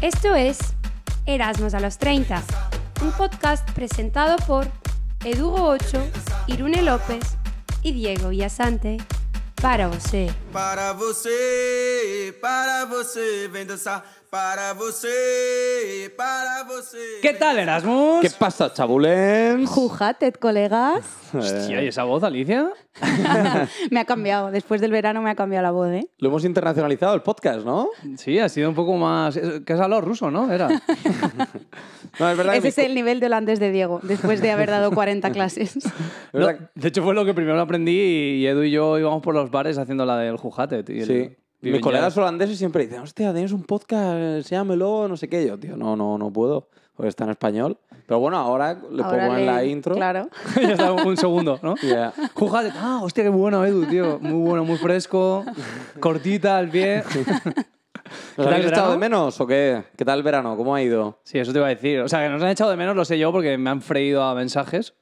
Esto es Erasmus a los 30, un podcast presentado por Edugo Ocho, Irune López y Diego Villasante para você. Para você, para você, vem dançar. Para você, para você. ¿Qué tal, Erasmus? ¿Qué pasa, chabulens? Jujated, colegas. Hostia, Eh. ¿y esa voz, Alicia? me ha cambiado. Después del verano me ha cambiado la voz, ¿eh? Lo hemos internacionalizado el podcast, ¿no? Sí, ha sido un poco más... ¿Qué has hablado ruso, no? Era. No, es verdad. que Ese mi- es el nivel de holandés de Diego, después de haber dado 40 clases. es No, verdad de hecho, fue lo que primero aprendí y Edu y yo íbamos por los bares haciendo la del Jujatet. Y que- el- sí. Viven Mis colegas Jazz. holandeses siempre dicen, hostia, tenéis un podcast, llámelo, no sé qué. Yo, tío, no, no, no puedo, porque está en español. Pero bueno, ahora le Ahora pongo en le- la intro. Claro. ya está, un segundo, ¿no? Ya. Jujatet. Ah, hostia, qué bueno, Edu, tío. Muy bueno, muy fresco. Cortita al pie. ¿Nos tal habéis el echado verano? de menos o qué? ¿Qué tal el verano? ¿Cómo ha ido? Sí, eso te iba a decir. O sea, que nos han echado de menos, lo sé yo, porque me han freído a mensajes.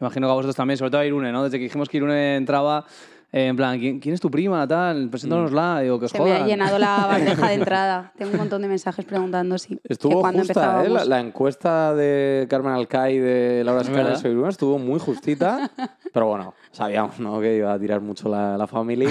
Imagino que a vosotros también, sobre todo a Irune, ¿no? Desde que dijimos que Irune entraba, eh, en plan, ¿quién, quién es tu prima? Tal, preséntanosla. Digo, que os Mm. Se me ha jodan. llenado la bandeja de entrada. Tengo un montón de mensajes preguntando si. que Estuvo cuándo justa, ¿eh? La, empezábamos. la encuesta de Carmen Alcai de Laura Escala verdad. y Soy Bruno estuvo muy justita, pero bueno, sabíamos ¿no? que iba a tirar mucho la, la familia.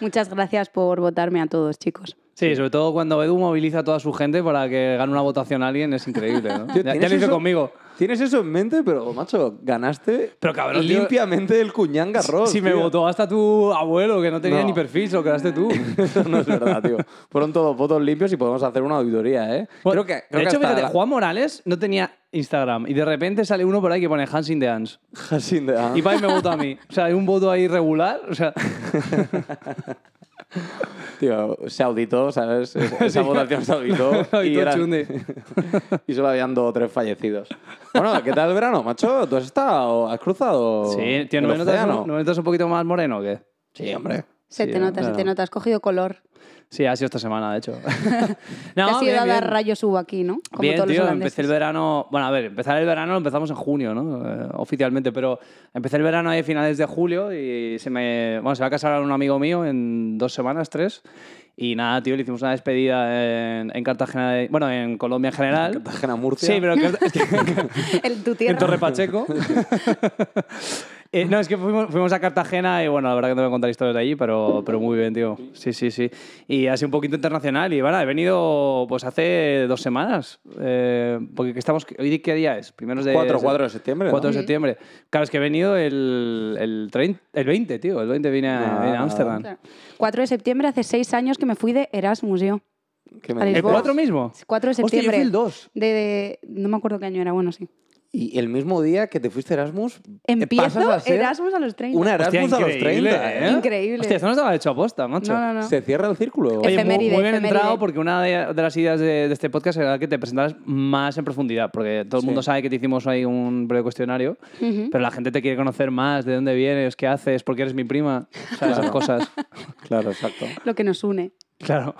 Muchas gracias por votarme a todos, chicos. Sí, sobre todo cuando Edu moviliza a toda su gente para que gane una votación a alguien, es increíble, ¿no? Tío, ya ya ¿tienes lo hizo eso? conmigo. Tienes eso en mente, pero macho, ganaste Pero, cabrón, tío. limpiamente el cuñán garros. si me tío. votó hasta tu abuelo, que no tenía No. ni perfil, se lo quedaste tú. Eso no es verdad, tío. Fueron todos votos limpios y podemos hacer una auditoría, ¿eh? de creo que, creo que hecho, hasta fíjate, la- Juan Morales no tenía Instagram y de repente sale uno por ahí que pone Hans in the Hans. Jacinto- ah. Y va y me vota a mí. O sea, hay un voto ahí regular. O sea, Tío, se auditó, ¿sabes? Es- Esa Sí. votación se auditó. Auditó eran- chunde. y solo habían dos o tres fallecidos. Bueno, ¿qué tal el verano, macho? ¿Tú has estado? ¿Has cruzado? sí, tío, el ¿no me, notas, océano? un- no me notas un poquito más moreno o qué? Sí, hombre. Se Sí, te nota, claro. se te nota. Has cogido color. Sí, ha sido esta semana, de hecho. Te no, has ido bien, a dar bien. rayos U aquí, ¿no? Como Bien, todos tío, los empecé el holandeses. verano. Bueno, a ver, empezar el verano lo empezamos en junio, ¿no? Eh, oficialmente, pero empecé el verano ahí a finales de julio y se me. Bueno, se va a casar un amigo mío en dos semanas, tres. Y nada, tío, le hicimos una despedida en, en Cartagena, de- bueno, en Colombia en general. Cartagena, Murcia. Sí, pero que- es que- El- tu en tierra. Torre Pacheco. Eh, no, es que fuimos, fuimos a Cartagena y bueno, la verdad que no voy a contar historias de allí, pero, pero muy bien, tío. Sí, sí, sí. Y así un poquito internacional. Y bueno, he venido pues hace dos semanas. eh, porque que estamos. ¿Hoy qué día es? Primeros de. Cuatro, cuatro de septiembre, ¿no? 4 de septiembre. Claro, es que he venido el, el, trein- el 20, tío. El 20 vine a Nada, vine a nada. Ámsterdam. Claro. 4 de septiembre, hace seis años que me fui de Erasmus yo. ¿Qué me A dices? ¿El Lisboa. 4 mismo? 4 de Hostia, yo septiembre. fui el 2. De, de- no me acuerdo qué año era, bueno, sí. Y el mismo día que te fuiste a Erasmus, eh, pasas Empiezo a ser Erasmus a los 30. una Hostia, Erasmus a los increíble, 30, ¿eh? ¿eh? Increíble. Hostia, esto no estaba hecho aposta, macho. No, no, Em, no. Se cierra el círculo. Oye, muy- Efeméride, muy bien efeméride. entrado porque una de, de las ideas de, de este podcast era que te presentaras más en profundidad, porque todo el mundo sabe que te hicimos ahí un breve cuestionario, pero la gente te quiere conocer más, de dónde vienes, qué haces, por qué eres mi prima, o sea, esas Claro. cosas. Em, Claro, exacto. Lo que nos une. Claro.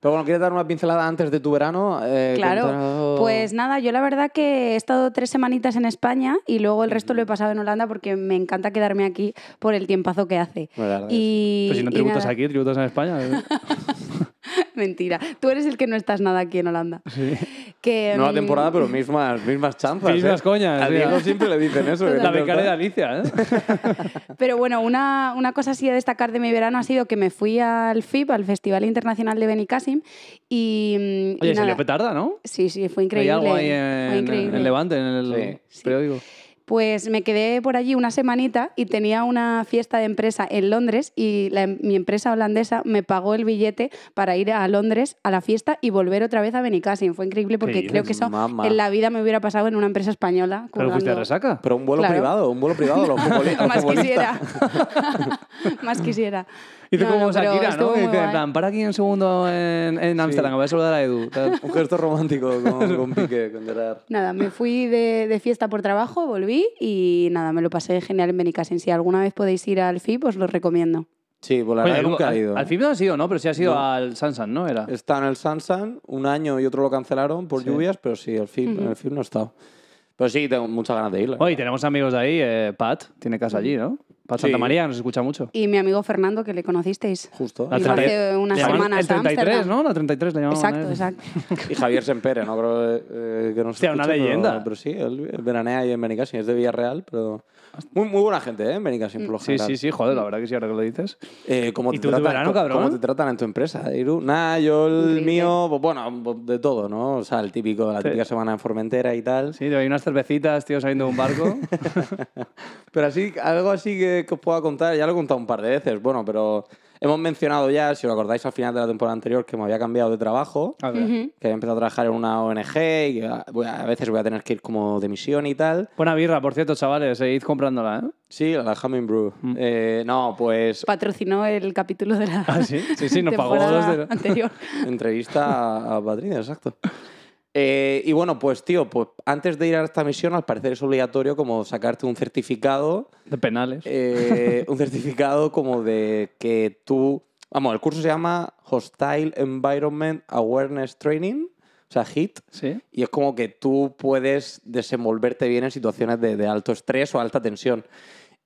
Pero bueno, ¿quieres dar una pincelada antes de tu verano? Eh, Claro. contar- Pues nada, yo la verdad que he estado tres semanitas en España y luego el resto lo he pasado en Holanda porque me encanta quedarme aquí por el tiempazo que hace. La verdad Y, Pero Pues Pues si no y tributas nada. aquí, tributas en España. ¿eh? Mentira. Tú eres el que no estás nada aquí en Holanda. Que, Nueva mm, temporada, pero mismas, mismas chanzas. Mismas ¿eh? coñas, A mira. Diego siempre le dicen eso. que La no becaria de está- Alicia, ¿eh? Pero bueno, una, una cosa así a destacar de mi verano ha sido que me fui al FIB, al Festival Internacional de Benicassim, y. mm, y Oye, nada. salió petarda, ¿no? Sí, sí, fue Hay increíble. algo ahí fue en, increíble. en Levante, en el Sí. periódico. Pues me quedé por allí una semanita y tenía una fiesta de empresa en Londres y la em- mi empresa holandesa me pagó el billete para ir a Londres a la fiesta y volver otra vez a Benicassim. Fue increíble porque dices, creo que eso mamá? en la vida me hubiera pasado en una empresa española. Pero fuiste a currando. resaca. Pero un vuelo Claro. privado, un vuelo privado a los futboli- a los futbolistas. Más quisiera. Más quisiera. Y tú No, como no, pero Shakira, estuvo ¿no? Que muy dice, en guay. plan, para aquí un segundo en en Ámsterdam, que voy a saludar a Edu. tal. Un gesto romántico con, con Piqué, con Gerard. Nada, me fui de, de fiesta por trabajo, volví y nada, me lo pasé genial en Benicassim. Si alguna vez podéis ir al FIB, os lo recomiendo. Sí, pues la Oye, verdad que luego, nunca al- he ido. Al fin no ha sido, ¿no? Pero sí ha sido No. al Sansan, ¿no? Era. Está en el Sansan, un año y otro lo cancelaron por lluvias, pero sí, el film, en el film no he estado. Pero sí, tengo muchas ganas de ir. la Oye, tenemos amigos de ahí. eh, Pat tiene casa allí, ¿no? Para Sí. Santa María, nos escucha mucho. Y mi amigo Fernando, que le conocisteis. Justo. La Y, Igual Javier, treinta- hace unas Le llaman semanas El 33, Ámsterdam. ¿no? La 33 le llamaban. Exacto, ¿eh? exacto. y Javier Sempere, no creo eh, que no se Hostia, una escuche, pero- leyenda. Pero, sí, él él veranea ahí en Benicassin. Es de Villarreal, pero... Muy, muy buena gente, ¿eh? En Benicassin, por lo Sí, general. sí, sí, joder, la verdad que sí, ahora que lo dices. Eh, ¿cómo ¿Y te tú tu tratan, verano, co- cabrón? ¿Cómo te tratan en tu empresa, Iru? Nah, yo el Increíble. mío, pues bueno, pues de todo, ¿no? O sea, el típico, la Sí. típica semana en Formentera y tal. Sí, tío, hay unas cervecitas, tío, saliendo de un barco. Pero así, algo así que, que os pueda contar, ya lo he contado un par de veces, bueno, pero hemos mencionado ya, si os acordáis al final de la temporada anterior, que me había cambiado de trabajo, A ver. que había empezado a trabajar en una ONG y que a, voy a- a veces voy a tener que ir como de misión y tal. Buena birra, por cierto, chavales, eh, id comprándola, ¿eh? Sí, la Humming Brew. Eh, no, pues Patrocinó el capítulo de la Ah, sí, sí, sí, nos pagó dos temporada de- anterior. Entrevista a, a Patricia, exacto. Eh, y bueno, pues tío, pues antes de ir a esta misión, al parecer es obligatorio como sacarte un certificado, De penales. eh, un certificado como de que tú, vamos, el curso se llama Hostile Environment Awareness Training, o sea, HIT, Sí. y es como que tú puedes desenvolverte bien en situaciones de, de alto estrés o alta tensión.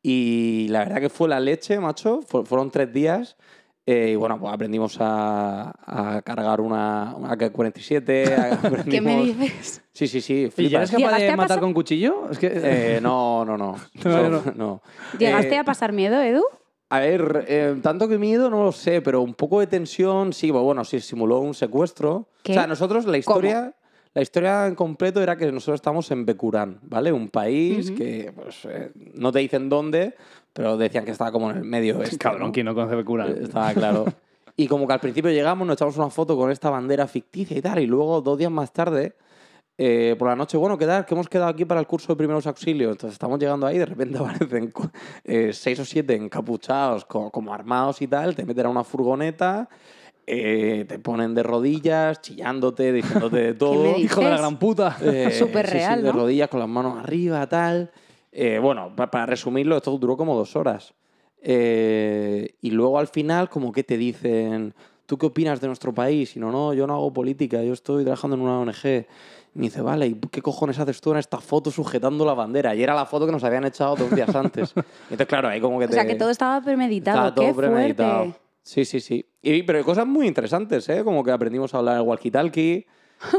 Y la verdad que fue la leche, macho. Fu- fueron tres días. eh, y bueno, pues aprendimos a, a cargar una, una AK-47. aprendimos- ¿Qué me dices? Sí, sí, sí. ¿Y ya flipas. eres capaz ¿Llegaste de a matar pasar- con cuchillo? Es que. Eh, no, no, no. No, no. ¿Llegaste Eh, a pasar miedo, Edu? A ver, eh, tanto que miedo no lo sé, pero un poco de tensión, sí, pues bueno, sí, simuló un secuestro. ¿Qué? O sea, nosotros la historia, la historia en completo era que nosotros estamos en Becurán, ¿vale? Un país que pues, eh, no te dicen dónde, pero decían que estaba como en el medio oeste. Cabrón, ¿no? ¿quién no conoce Becura? Eh, Estaba claro. Y como que al principio llegamos, nos echamos una foto con esta bandera ficticia y tal, y luego dos días más tarde, eh, por la noche, bueno, quedar, que hemos quedado aquí para el curso de primeros auxilios. Entonces estamos llegando ahí, de repente aparecen cu- eh, seis o siete encapuchados, co- como armados y tal, te meten a una furgoneta. eh, te ponen de rodillas, chillándote, diciéndote de todo. dices? Hijo de la gran puta. Eh, Súper sí, sí, real, de ¿no? rodillas, con las manos arriba, tal. Eh, bueno, pa- para resumirlo, esto duró como dos horas. Eh, y luego al final, como que te dicen, ¿tú qué opinas de nuestro país? Y no, no, yo no hago política, yo estoy trabajando en una ONG. Y me dice, vale, ¿y qué cojones haces tú en esta foto sujetando la bandera? Y era la foto que nos habían echado dos días antes. Y Entonces, claro, ahí como que O te... sea, que todo estaba premeditado. Estaba todo Qué premeditado. fuerte. Sí, sí, sí. Y, pero hay cosas muy interesantes, ¿eh? Como que aprendimos a hablar el walkie-talkie.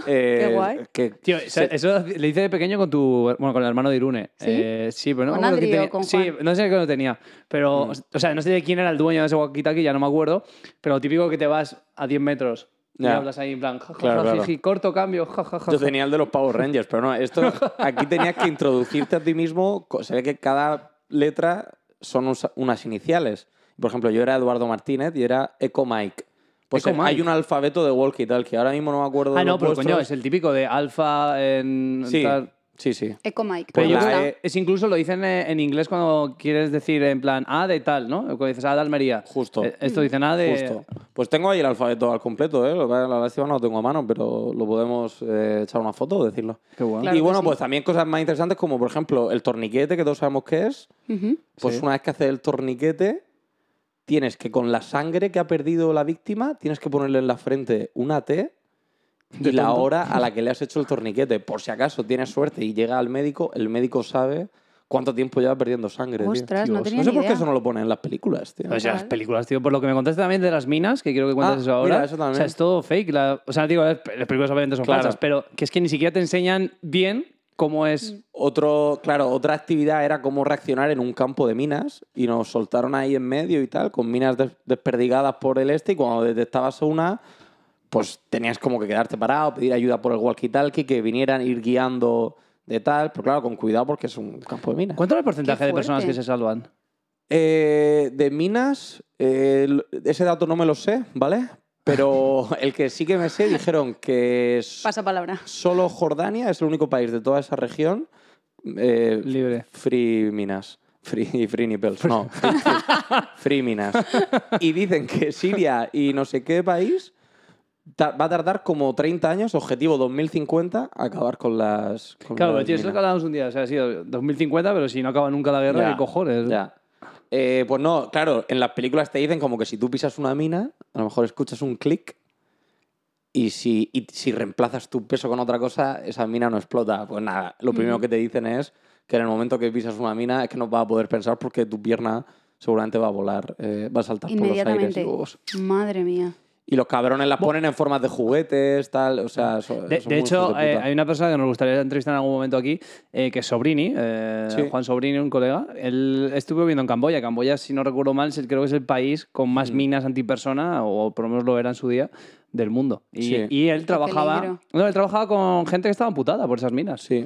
eh, Qué guay. Que Tío, eso, eso le hice de pequeño con tu. Bueno, con el hermano de Irune. ¿Sí? Eh, sí pero no ¿Con me acuerdo Adri quién o tenía- con Sí, Juan? no sé qué lo tenía. Pero, Mm. o sea, no sé de quién era el dueño de ese walkie-talkie, ya no me acuerdo. Pero lo típico que te vas a 10 metros y Ya. hablas ahí en plan, ja, ja, Claro, ja, claro. jiji, corto cambio, ja, ja, ja, Yo ja. tenía el de los Power Rangers, pero no, esto aquí tenías que introducirte a ti mismo. co- Se ve que cada letra son usa- unas iniciales. Por ejemplo, yo era Eduardo Martínez y era Eco Mike. Pues Eco hay Mike. un alfabeto de walkie tal que ahora mismo no me acuerdo. Ah, de no, los pero coño, vuestros. es el típico de alfa en. Sí, tal. sí, sí. Eco Mike. Pero Pues yo la creo E- que es incluso lo dicen eh, en inglés cuando quieres decir en plan A de tal, ¿no? Cuando dices A de Almería. Justo. Eh, Esto dicen A de. Justo. Pues tengo ahí el alfabeto al completo, ¿eh? Lo que- La lástima no lo tengo a mano, pero lo podemos eh, echar una foto o decirlo. Qué guay. Claro y que bueno, sí. pues también cosas más interesantes como, por ejemplo, el torniquete, que todos sabemos qué es. Ujú. Pues Sí. una vez que haces el torniquete, tienes que con la sangre que ha perdido la víctima, tienes que ponerle en la frente una T y la hora a la que le has hecho el torniquete. Por si acaso tienes suerte y llega al médico, el médico sabe cuánto tiempo lleva perdiendo sangre. tío. Ostras, no Dios. tenía No sé ni por qué idea. eso no lo ponen en las películas, tío. O sea, las Vale. películas, tío. Por lo que me contaste también de las minas, que quiero que cuentes Ah, eso ahora. mira, eso también. O sea, es todo fake. la- o sea, digo, las pe- las películas obviamente son Claro. falsas, pero que es que ni siquiera te enseñan bien cómo es. Mm. Otro, claro, otra actividad era cómo reaccionar en un campo de minas y nos soltaron ahí en medio y tal, con minas des- desperdigadas por el este y cuando detectabas una, pues tenías como que quedarte parado, pedir ayuda por el walkie-talkie, que vinieran ir guiando de tal, pero claro, con cuidado porque es un campo de minas. ¿Cuánto era el porcentaje Qué de personas que fuerte. se salvan? Eh, de minas, eh, el- ese dato no me lo sé, ¿vale? Pero el que sí que me sé dijeron que es- Pasa palabra. solo Jordania es el único país de toda esa región eh, Libre. Free Minas. Free, free Nipples. No, free, free- free Minas. Y dicen que Siria y no sé qué país ta- va a tardar como 30 años, objetivo 2050, acabar con las. con Claro, las pero tío, eso es lo que minas. hablábamos un día. O sea, ha sido 2050, pero si no acaba nunca la guerra, Ya, ¿qué cojones? ya. Eh, pues no, claro, en las películas te dicen como que si tú pisas una mina, a lo mejor escuchas un clic Y si, y si reemplazas tu peso con otra cosa, esa mina no explota. Pues nada, lo Mm. primero que te dicen es que en el momento que pisas una mina es que no vas a poder pensar porque tu pierna seguramente va a volar, eh, va a saltar por los aires. Inmediatamente. Y, uf. Madre mía. Y los cabrones las ponen en formas de juguetes, tal, o sea... De, son- son de Pues muy hecho, hijos de eh, puta. hay una persona que nos gustaría entrevistar en algún momento aquí, eh, que es Sobrini, eh, Sí. Juan Sobrini, un colega. Él estuvo viviendo en Camboya. Camboya, si no recuerdo mal, se- creo que es el país con más minas antipersona, o por lo menos lo era en su día, del mundo. Y, Sí. y él trabajaba. peligro. No, él trabajaba con gente que estaba amputada por esas minas. Sí,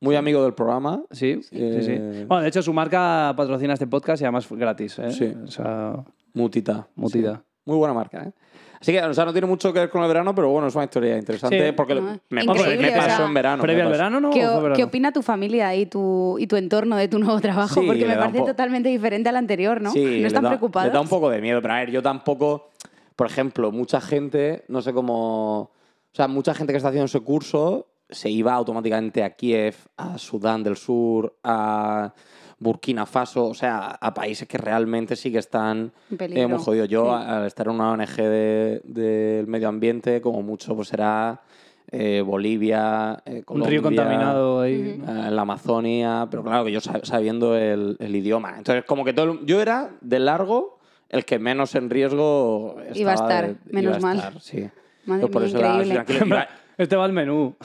muy amigo del programa. Sí, sí, sí. Eh, Bueno, de hecho, su marca patrocina este podcast y además fue gratis. ¿eh? Sí. O sea, Mutita. Mutita. Sí. Muy buena marca, ¿eh? Así que, o sea, no tiene mucho que ver con el verano, pero bueno, es una historia interesante Sí. porque Ah, me, increíble, pasó- me o sea, pasó en verano. ¿Previo me al pasó. verano no? ¿Qué, ¿O fue o- verano? qué opina tu familia y tu, y tu entorno de tu nuevo trabajo? Sí, Porque le me da un parece po- totalmente diferente al anterior, ¿no? Sí, le ¿No están da- preocupados? Le da un poco de miedo, pero a ver, yo tampoco. Por ejemplo, mucha gente, no sé cómo. O sea, mucha gente que está haciendo ese curso se iba automáticamente a Kiev, a Sudán del Sur, a Burkina Faso, o sea, a países que realmente sí que están En peligro. muy jodidos. Yo, Sí. a- al estar en una ONG de- del medio ambiente, como mucho, pues será eh, Bolivia, eh, Un Colombia. río contaminado ahí. eh, en la Amazonia, pero claro que yo sab- sabiendo el, el idioma. Entonces, como que todo el- yo era de largo el que menos en riesgo estaba Iba a estar, de- iba menos a mal. estar, sí. Madre Entonces, por mía, eso era- increíble. tranquilo, iba- Este va al menú.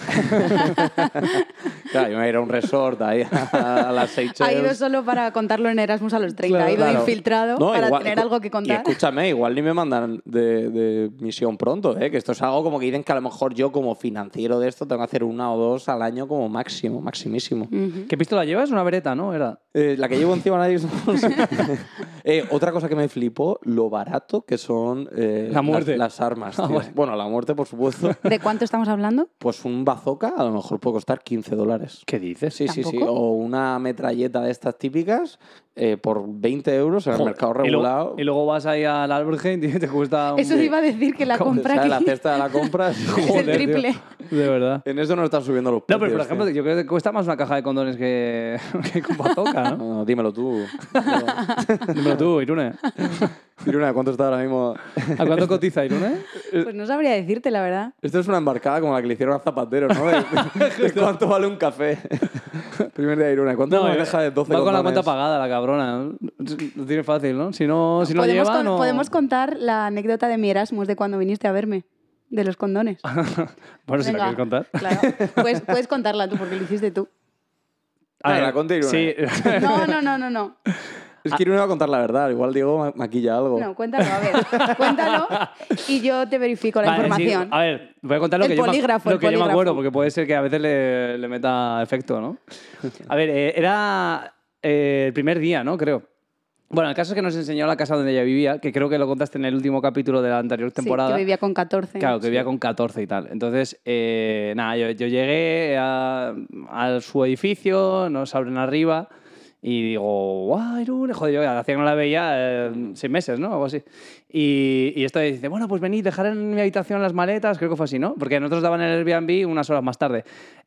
claro, yo me iba a ir a un resort ahí a, las Seychelles. Ha ido solo para contarlo en Erasmus a los 30. Claro, ha ido de claro. infiltrado No, para igual- tener algo que Y contar. escúchame, igual ni me mandan de, de misión pronto, ¿eh? que esto es algo como que dicen que a lo mejor yo como financiero de esto tengo que hacer una o dos al año como máximo, maximísimo. ¿Qué pistola llevas? Una vereta, ¿no? Era. Eh, la que llevo encima nadie. no sé. Eh, otra cosa que me flipó, lo barato que son eh, La muerte. Ah, Las, las armas. tío. Bueno, la muerte, por supuesto. ¿De cuánto estamos hablando? Pues un bazooka a lo mejor puede costar 15 dólares. ¿Qué dices? Sí, sí, sí. ¿Tampoco? O una metralleta de estas típicas eh, por 20 euros en el mercado Y luego- regulado. Y, luego vas ahí al Albergen y te cuesta. un- Eso te iba a decir que la Como te compra sale aquí la cesta de la compra. es el joder, tío. triple. De verdad. En eso no están subiendo los No, precios. pero por ejemplo, Eh, tío. yo creo que cuesta más una caja de condones que, que con bazooka, ¿no? No, no, dímelo tú. Dímelo tú, Irune. Iruna, ¿cuánto está ahora mismo? ¿A cuánto cotiza Irune? Pues no sabría decirte, la verdad. Esto es una embarcada como la que le hicieron a Zapatero, ¿no? De, de- de cuánto vale un café. Primer día de Iruna. ¿Cuánto eh, me deja de 12 Va con la condones? cuenta pagada, la cabrona. Lo tiene fácil, ¿no? Si no, si no podemos, lleva, con- no... podemos contar la anécdota de mi Erasmus de cuando viniste a verme, de los condones. Bueno, si Ah, la Venga, quieres contar. Claro. Pues, puedes contarla tú, porque lo hiciste tú. A Venga, conta Irune. Sí. No, no, no, no, no. Es que Iruna va a contar la verdad. Igual Diego ma- maquilla Oh. algo. No, cuéntalo, a ver. Cuéntalo y yo te verifico la Vale, sí, información. a ver, voy a contar lo El que, yo me, polígrafo, el lo que yo me polígrafo. acuerdo, porque puede ser que a veces le, le meta efecto, ¿no? A ver, eh, era eh, el primer día, ¿no? Creo. Bueno, el caso es que nos enseñó la casa donde ella vivía, que creo que lo contaste en el último capítulo de la anterior Sí, temporada. que vivía con 14. Claro, que Sí. vivía con 14 y tal. Entonces, eh, nada, yo, yo llegué a, a su edificio, nos abren arriba y digo, guau, Irune, joder, yo hacía que no la veía eh, seis meses, ¿no? Algo así. Y, y esto dice, bueno, pues venid, dejar en mi habitación las maletas, creo que fue así, ¿no? Porque nosotros daban el Airbnb unas horas más tarde.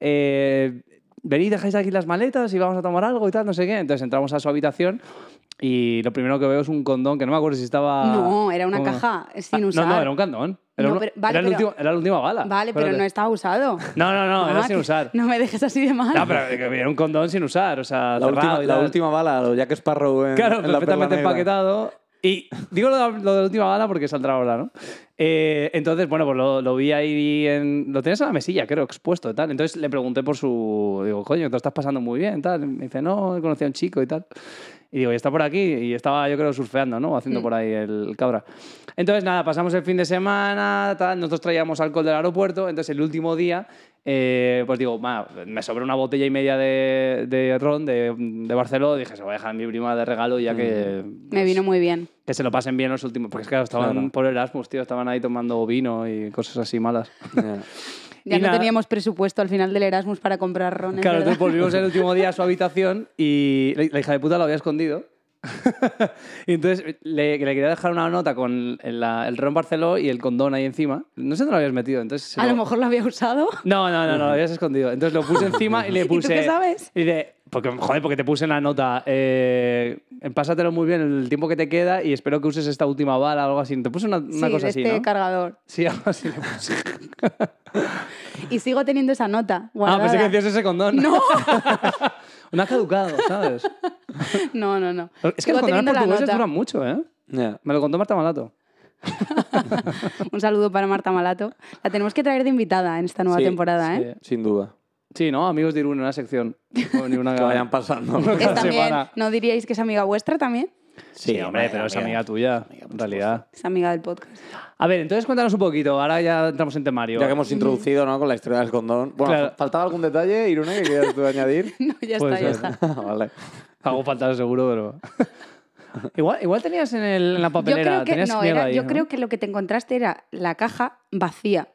Eh, venid, dejáis aquí las maletas y vamos a tomar algo y tal, no sé qué. Entonces entramos a su habitación. Y lo primero que veo es un condón que no me acuerdo si estaba. No, era una ¿cómo? caja sin Ah, No, no, usar. era un condón. Era, No, uno- pero- vale, era el pero- último- era la última bala. Vale, pero Espérate. no estaba usado. No, no, no, era Ah, sin que- usar. No me dejes así de mal. No, pero que había un condón sin usar, o sea, La, cerrado última, y la tal. última bala, lo Jack Sparrow en, Claro, en la Perla perfectamente Negra. empaquetado. Y digo lo de, lo de la última bala porque saldrá ahora, ¿no? Eh, entonces, bueno, pues lo, lo vi ahí en... Lo tenías en la mesilla, creo, expuesto y tal. Entonces le pregunté por su... Digo, coño, te lo estás pasando muy bien, tal. Y Me dice, no, conocí a un chico y tal. Y digo, y está por aquí. Y estaba, yo creo, surfeando, ¿no? Haciendo por ahí el cabra. Entonces, nada, pasamos el fin de semana, tal. Nosotros traíamos alcohol del aeropuerto. Entonces, el último día, eh, pues digo, "Ma, me sobró una botella y media de, de ron de, de Barcelona. Dije, se lo voy a dejar a mi prima de regalo ya que... Me vino muy bien. Que se lo pasen bien los últimos. Porque es que claro, estaban Claro. por Erasmus, tío. Estaban ahí tomando vino y cosas así malas. Ya. Ya Y no nada. teníamos presupuesto al final del Erasmus para comprar ron. es Claro, verdad. entonces volvimos el último día a su habitación y la la hija de puta lo había escondido. y entonces le, le quería dejar una nota con el, la- el ron Barceló y el condón ahí encima. No sé dónde lo habías metido. Entonces se A lo lo- mejor lo había usado. No, no, no, no, lo habías escondido. Entonces lo puse encima y le tú puse. qué sabes? Y de, Porque, joder, porque te puse en la nota. Eh, pásatelo muy bien el tiempo que te queda y espero que uses esta última bala o algo así. Te puse una, una sí, cosa de así, este ¿no? cargador. Sí, algo así le puse. Y sigo teniendo esa nota. Ah, Guardada. pensé que decías ese condón. No. una caducado, ¿sabes? No, no, no. Es que Sigo los condones teniendo la portugueses nota. duran mucho, ¿eh? Ya. Me lo contó Marta Malato. Un saludo para Marta Malato. La tenemos que traer de invitada en esta nueva Sí, temporada, ¿eh? Sin duda. Sí, ¿no? Amigos de Irún en una sección. O ni una Que vayan pasando. Es Cada también, semana. ¿no diríais que es amiga vuestra también? Sí, hombre, pero es amiga tuya, en realidad. Es amiga del podcast. A ver, entonces cuéntanos un poquito. Ahora ya entramos en temario. Ya que hemos introducido, ¿no? Con la historia del condón. Bueno, Claro. ¿faltaba algún detalle, Irune, que quieras tú añadir? No, ya Puede está, ya ser. está. vale. Hago falta seguro, pero... igual, igual tenías en, el- en la Yo papelera, creo, que, tenías no, miedo era- ahí, yo ¿no? creo que lo que te encontraste era la caja vacía.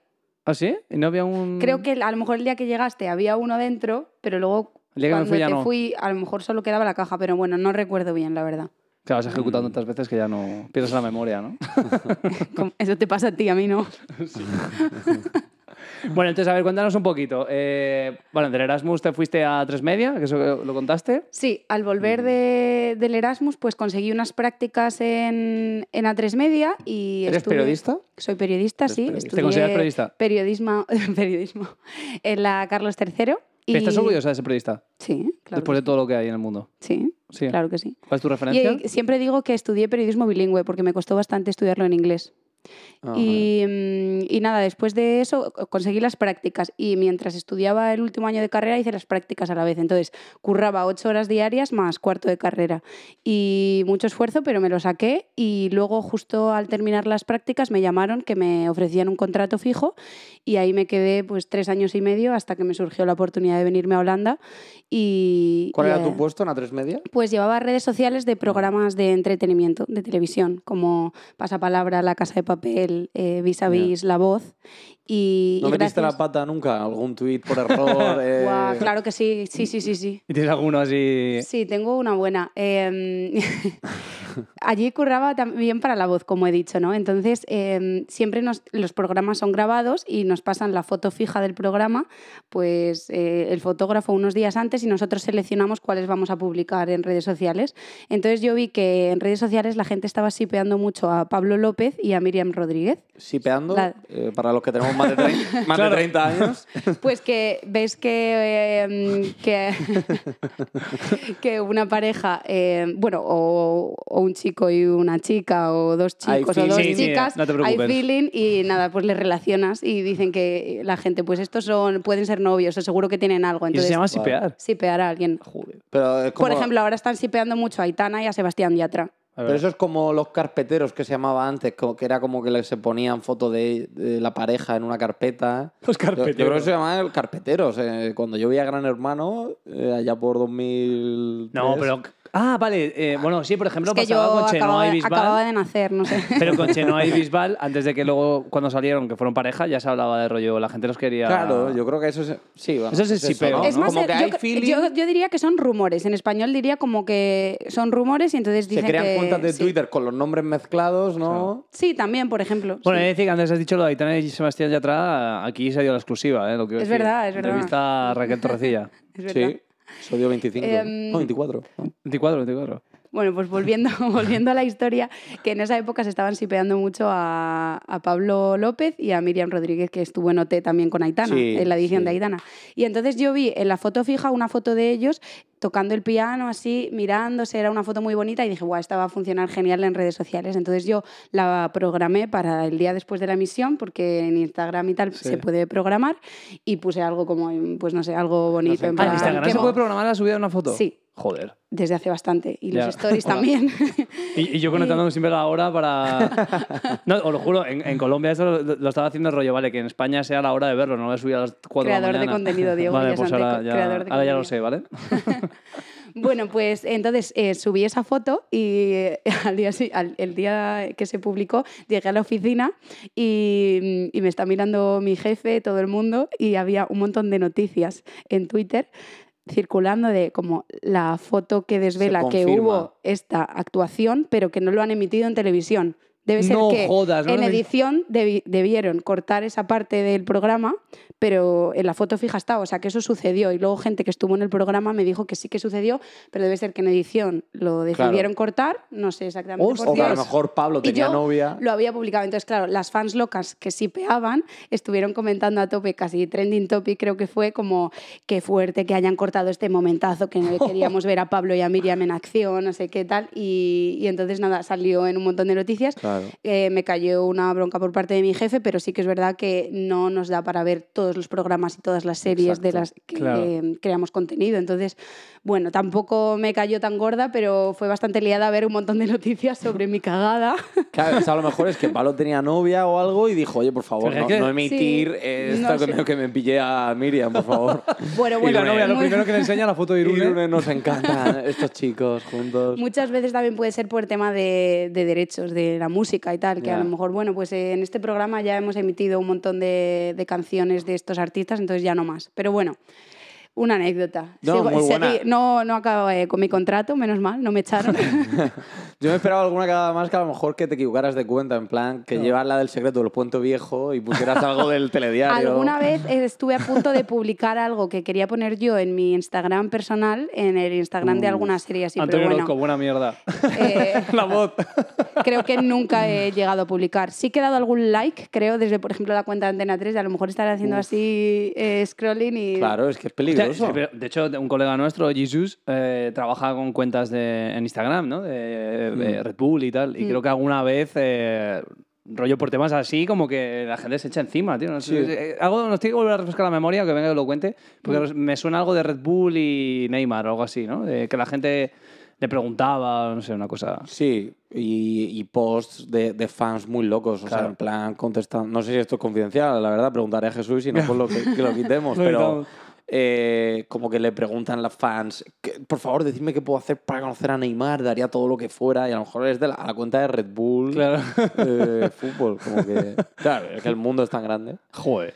¿Ah, sí? ¿Y no había un...? Creo que a lo mejor el día que llegaste había uno dentro, pero luego El día que me cuando fui ya te no. fui a lo mejor solo quedaba la caja, pero bueno, no recuerdo bien, la verdad. Claro, has ejecutado tantas veces que ya no pierdes la memoria, ¿no? Como- Eso te pasa a ti, a mí no. bueno, entonces, a ver, cuéntanos un poquito. Eh, bueno, del Erasmus te fuiste a Tres Media, que eso lo contaste. Sí, al Mm. volver de- del Erasmus, pues conseguí unas prácticas en, en A3 Media y ¿Eres estudié- periodista? Soy periodista, sí. periodista. estudié ¿Te consideras periodista? Periodismo, periodismo en la Carlos III. Y... ¿Estás orgullosa de ese periodista? Sí, claro. después que de todo lo que hay en el mundo. sí. Sí. claro que sí. ¿Cuál es tu Y referencia? eh, siempre digo que estudié periodismo bilingüe porque me costó bastante estudiarlo en inglés. Ah, Y, mm, y nada, después de eso co- conseguí las prácticas y mientras estudiaba el último año de carrera hice las prácticas a la vez. Entonces, curraba ocho horas diarias más cuarto de carrera. Y mucho esfuerzo, pero me lo saqué y luego justo al terminar las prácticas me llamaron que me ofrecían un contrato fijo y ahí me quedé pues tres años y medio hasta que me surgió la oportunidad de venirme a Holanda. Y, ¿Cuál y, era eh, tu puesto en A3 Media? pues llevaba redes sociales de programas de entretenimiento, de televisión, como Pasapalabra, La Casa de Papel, eh, Vis a Vis, La Voz. Y, ¿No y metiste gracias- la pata nunca? ¿Algún tuit por error? eh? Guau, claro que sí, sí, sí, sí, sí. ¿Y tienes alguno así...? Sí, tengo una buena. Eh, allí curraba también para la voz, como he dicho, ¿no? Entonces, eh, siempre nos- los programas son grabados y nos pasan la foto fija del programa, pues eh, el fotógrafo unos días antes y nosotros seleccionamos cuáles vamos a publicar en redes sociales. Entonces, yo vi que en redes sociales la gente estaba sipeando mucho a Pablo López y a Miriam Rodríguez. Sipeando, La- eh, para los que tenemos más de, trein- más Claro. de 30 años. Pues que ves que, eh, mm, que, que una pareja, eh, bueno, o, o un chico y una chica, o dos Hay chicos o feeling. dos Sí, sí, chicas, no te hay preocupes. feeling y nada, pues les relacionas y dicen que la gente, pues estos son, pueden ser novios o seguro que tienen algo. y eso Entonces, se llama Vale. sipear. sipear a alguien. Pero, es como- Por ejemplo, ahora están sipeando mucho a Aitana y a Sebastián Yatra. A pero ver. eso es como los carpeteros que se llamaba antes, como que era como que le- se ponían fotos de, de la pareja en una carpeta. Los Yo- carpeteros. Yo, creo que se llamaban carpeteros. eh, cuando yo veía Gran Hermano, eh, allá por 2000. No, pero... Ah, vale. eh, bueno, sí, por ejemplo, es que yo pasaba con acababa, Chenoa y de- Bisbal. acababa de nacer, no sé. Pero con Chenoa y Bisbal, antes de que luego, cuando salieron, que fueron pareja, ya se hablaba de rollo. La gente los quería... Claro, yo creo que eso es. Sí, bueno, Eso es el sipeo, ¿no? ¿no? Es más, como eh, que yo, hay cre- feeling. yo- yo diría que son rumores. En español diría como que son rumores y entonces se dicen crean que- cuentas de sí. Twitter con los nombres mezclados, ¿no? Sí, también, por ejemplo. Bueno, eh, he sí. de decir que antes has dicho lo de Aitana y Sebastián Yatra, aquí se dio la exclusiva, ¿eh? Lo que iba a Es decir. verdad, es verdad. Entrevista a Raquel Torrecilla. es verdad. sí. Eso dio 25. Em, no, 24. 24, 24. Bueno, pues volviendo, volviendo a la historia, que en esa época se estaban sipeando mucho a, a Pablo López y a Miriam Rodríguez, que estuvo en OT también con Aitana, Sí, en la edición sí. de Aitana. Y entonces yo vi en la foto fija una foto de ellos tocando el piano así, mirándose, era una foto muy bonita y dije, guau, esta va a funcionar genial en redes sociales. Entonces yo la programé para el día después de la emisión, porque en Instagram y tal Sí. se puede programar, y puse algo como, pues no sé, algo bonito. en Ah, en plan, Instagram que se mo- puede programar la subida de una foto. Sí. Joder. desde hace bastante. Y Ya. los stories Hola. también. Y, y yo conectándome siempre a la hora para. No, os lo juro, en, en Colombia eso lo, lo estaba haciendo el rollo, vale, que en España sea la hora de verlo, no lo he subido a las 4 de Creador la de mañana. contenido, Diego Vale, pues Villasante, ahora ya, creador de ahora ya lo contenido. sé, ¿vale? bueno, pues entonces eh, subí esa foto y eh, al día, si- al- el día que se publicó llegué a la oficina y, y me está mirando mi jefe, todo el mundo, y había un montón de noticias en Twitter circulando de como la foto que desvela que confirma. hubo esta actuación, pero que no lo han emitido en televisión. Debe ser No que jodas, no en lo vi. edición debi- debieron cortar esa parte del programa, pero en la foto fija estaba. O sea, que eso sucedió. Y luego gente que estuvo en el programa me dijo que sí que sucedió, pero debe ser que en edición lo decidieron cortar. No sé exactamente O por que qué. a lo mejor Pablo Y tenía yo novia. lo había publicado. Entonces, claro, las fans locas que sí peaban estuvieron comentando a tope, casi trending topic, creo que fue como qué fuerte que hayan cortado este momentazo, que no queríamos ver a Pablo y a Miriam en acción, no sé qué tal. Y, y entonces, nada, salió en un montón de noticias. Claro. Eh, me cayó una bronca por parte de mi jefe, pero sí que es verdad que no nos da para ver todos los programas y todas las series de Exacto. las que Claro. eh, creamos contenido. Entonces, bueno, tampoco me cayó tan gorda, pero fue bastante liada ver un montón de noticias sobre mi cagada. Claro, o sea, a lo mejor es que Pablo tenía novia o algo y dijo, oye, por favor, Pero es no, que- no emitir Sí, eh, no esto que, sé. me, que me pillé a Miriam, por favor. Bueno, Y la bueno, novia, lo muy- primero que le enseña la foto de Irune. Irune nos encantan estos chicos juntos. Muchas veces también puede ser por tema de, de derechos, de la música y tal, que a Ya. lo mejor, bueno, pues eh, en este programa ya hemos emitido un montón de, de canciones de estos artistas, entonces ya no más. Pero bueno, una anécdota. No, muy buena. no, no acabé con mi contrato, menos mal, no me echaron. Yo me esperaba alguna cada más que a lo mejor que te equivocaras de cuenta, en plan, que llevas la del secreto del puente viejo y pusieras algo del telediario. Alguna vez eh, estuve a punto de publicar algo que quería poner yo en mi Instagram personal, en el Instagram de alguna serie así, Antonio pero Orozco, bueno. buena mierda. eh, la voz. creo que nunca he llegado a publicar. Sí que he dado algún like, creo, desde, por ejemplo, la cuenta de Antena 3, de a lo mejor estar haciendo así eh, scrolling y... Claro, es que es O sea, peligroso. sí, pero, de hecho, un colega nuestro, Jesus, eh, trabaja con cuentas de, en Instagram, ¿no? De, Hmm. de eh, Red Bull y tal. Y creo que alguna vez, eh, rollo por temas así, como que la gente se echa encima, tío. No sé, Sí. Hmm. eh, algo, nos tiene que volver a refrescar la memoria, que venga que lo cuente. Porque me suena algo de Red Bull y Neymar o algo así, ¿no? De que la gente le preguntaba, no sé, una cosa. Sí, y, y posts de, de fans muy locos, o sea, Claro. en plan contestando. No sé si esto es confidencial, la verdad, preguntaré a Jesús y no por lo que, que lo quitemos, Lo pero quitamos. eh, como que le preguntan las fans, "¿Qué- por favor, decidme qué puedo hacer para conocer a Neymar, daría todo lo que fuera, y a lo mejor es de la, a la cuenta de Red Bull, Claro. eh, fútbol, como que. Claro, es que el mundo es tan grande. Joder.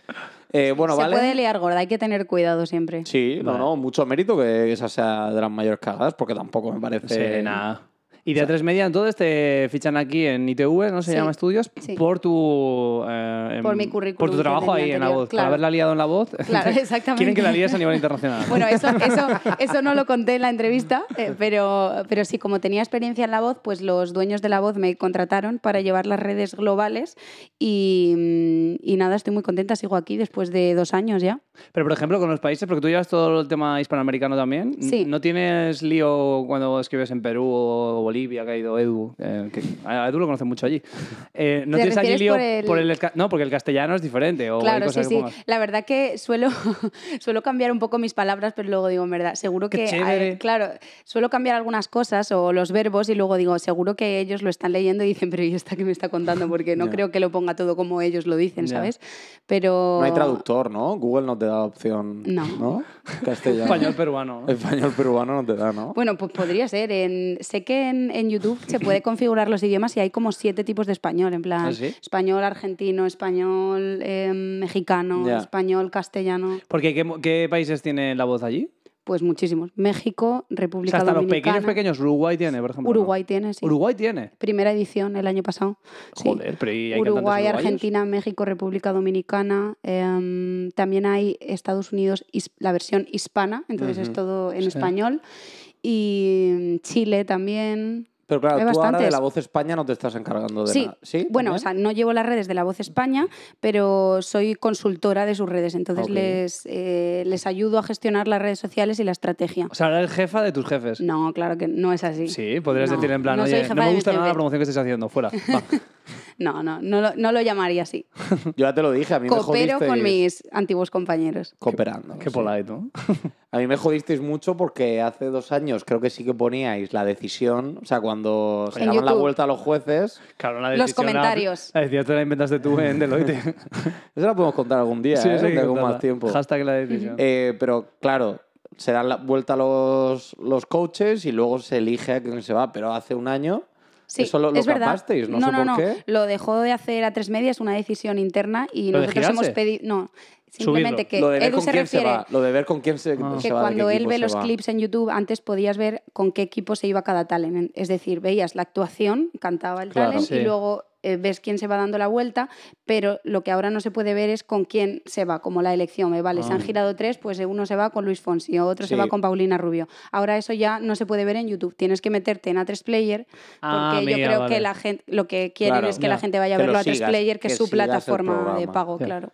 Eh, bueno, Se vale. puede liar gorda, hay que tener cuidado siempre. Sí, no, Vale. no, mucho mérito que esa sea de las mayores cagadas, porque tampoco me parece. Sí, nada. Y de A3 Media, entonces, te fichan aquí en ITV, ¿no? Se Sí, llama Estudios, sí. por tu... eh, em, Por mi currículum Por tu que trabajo tenía ahí en la anterior, voz. Por claro. haberla liado en la voz. Claro, exactamente. Quieren que la líes a nivel internacional. Bueno, eso, eso, eso no lo conté en la entrevista, eh, pero, pero sí, como tenía experiencia en la voz, pues los dueños de la voz me contrataron para llevar las redes globales y, mm, y nada, estoy muy contenta, sigo aquí después de dos años ya. Pero, por ejemplo, con los países, porque tú llevas todo el tema hispanoamericano también. n- Sí. ¿No tienes lío cuando escribes en Perú o Bolivia, que ha ido Edu? Eh, que, a Edu lo conoces mucho allí. Eh, ¿No ¿Te tienes allí refieres lío por el- esca- No, porque el castellano es diferente. O Oh, hay Claro, sí, cosas que sí. pongas. La verdad que suelo, suelo cambiar un poco mis palabras, pero luego digo, en verdad, seguro Qué que... chévere. eh, claro, suelo cambiar algunas cosas o los verbos y luego digo, seguro que ellos lo están leyendo y dicen, pero ¿y esta que me está contando? Porque no Ya. creo que lo ponga todo como ellos lo dicen, Ya. ¿sabes? Pero... No hay traductor, ¿no? Google no te da la opción. No. Castellano. Español peruano. ¿no? Español peruano no te da, ¿no? Bueno, pues podría ser. En, sé que en, en YouTube se puede configurar los idiomas y hay como siete tipos de español, en plan ¿Ah, sí? español argentino, español eh, mexicano, Ya. español castellano. Porque, ¿qué, mo- ¿qué países tiene la voz allí? Pues muchísimos. México, O sea, República hasta los Dominicana. pequeños, pequeños. Uruguay tiene, por ejemplo. ¿no? Uruguay tiene, sí. Uruguay tiene. Primera edición el año pasado. sí. Joder, pero ¿y hay cantantes Uruguay, uruguayos? Argentina, México, República Dominicana. em, también hay Estados Unidos, his- la versión hispana, entonces es todo en español. Y mm, Chile también. Pero claro, hay tú ahora de bastantes. la voz España no te estás encargando de Sí, nada. Sí. bueno, ¿También? o sea, no llevo las redes de La Voz España, pero soy consultora de sus redes, entonces Ok. les, eh, les ayudo a gestionar las redes sociales y la estrategia. O sea, ahora eres jefa de tus jefes. No, claro que no es así. Sí, podrías No, decir en plan, no soy oye, jefa no de me mi gusta nada la jefe. promoción que estés haciendo, fuera. Va. No, no, no, lo- no lo llamaría así. Yo ya te lo dije, a mí me Coopero jodisteis. con mis antiguos compañeros. Cooperando. Qué sí. polite, ¿no? A mí me jodisteis mucho porque hace dos años creo que sí que poníais la decisión, o sea, cuando se En daban la YouTube. vuelta a los jueces. Claro, la Los decisión la- comentarios. La, decisión te la inventaste tú en Deloitte. Eso la podemos contar algún día, sí, ¿eh? eso hay que Tengo contarla. más tiempo. Hashtag la decisión. Eh, pero claro, se dan la vuelta los, los coaches y luego se elige a quién se va. Pero hace un año Sí, eso lo, lo es verdad. capasteis, no, sé por qué. Lo dejó de hacer a tres medias, una decisión interna y ¿Lo de nosotros hemos girarse? pedido. No, Subirlo. simplemente que Lo de ver Edu con se quién se refiere. va. Lo de ver con quién se, que se va, de qué cuando él equipo ve se los va. clips en YouTube, antes podías ver con qué equipo se iba cada talent. Es decir, veías la actuación, cantaba el Claro. talent Sí. y luego eh, ves quién se va dando la vuelta, pero lo que ahora no se puede ver es con quién se va, como la elección. ¿eh? Vale, se han girado tres, pues eh, uno se va con Luis Fonsi, otro se Ah. Sí. va con Paulina Rubio. Ahora eso ya no se puede ver en YouTube. Tienes que meterte en A3 Player, porque Ah, yo amiga, creo vale. que la gente, lo que quieren Claro, es que ya. la gente vaya a Que verlo lo a 3 sigas, Player, que que es su sigas el plataforma de programa. pago, Ya. claro.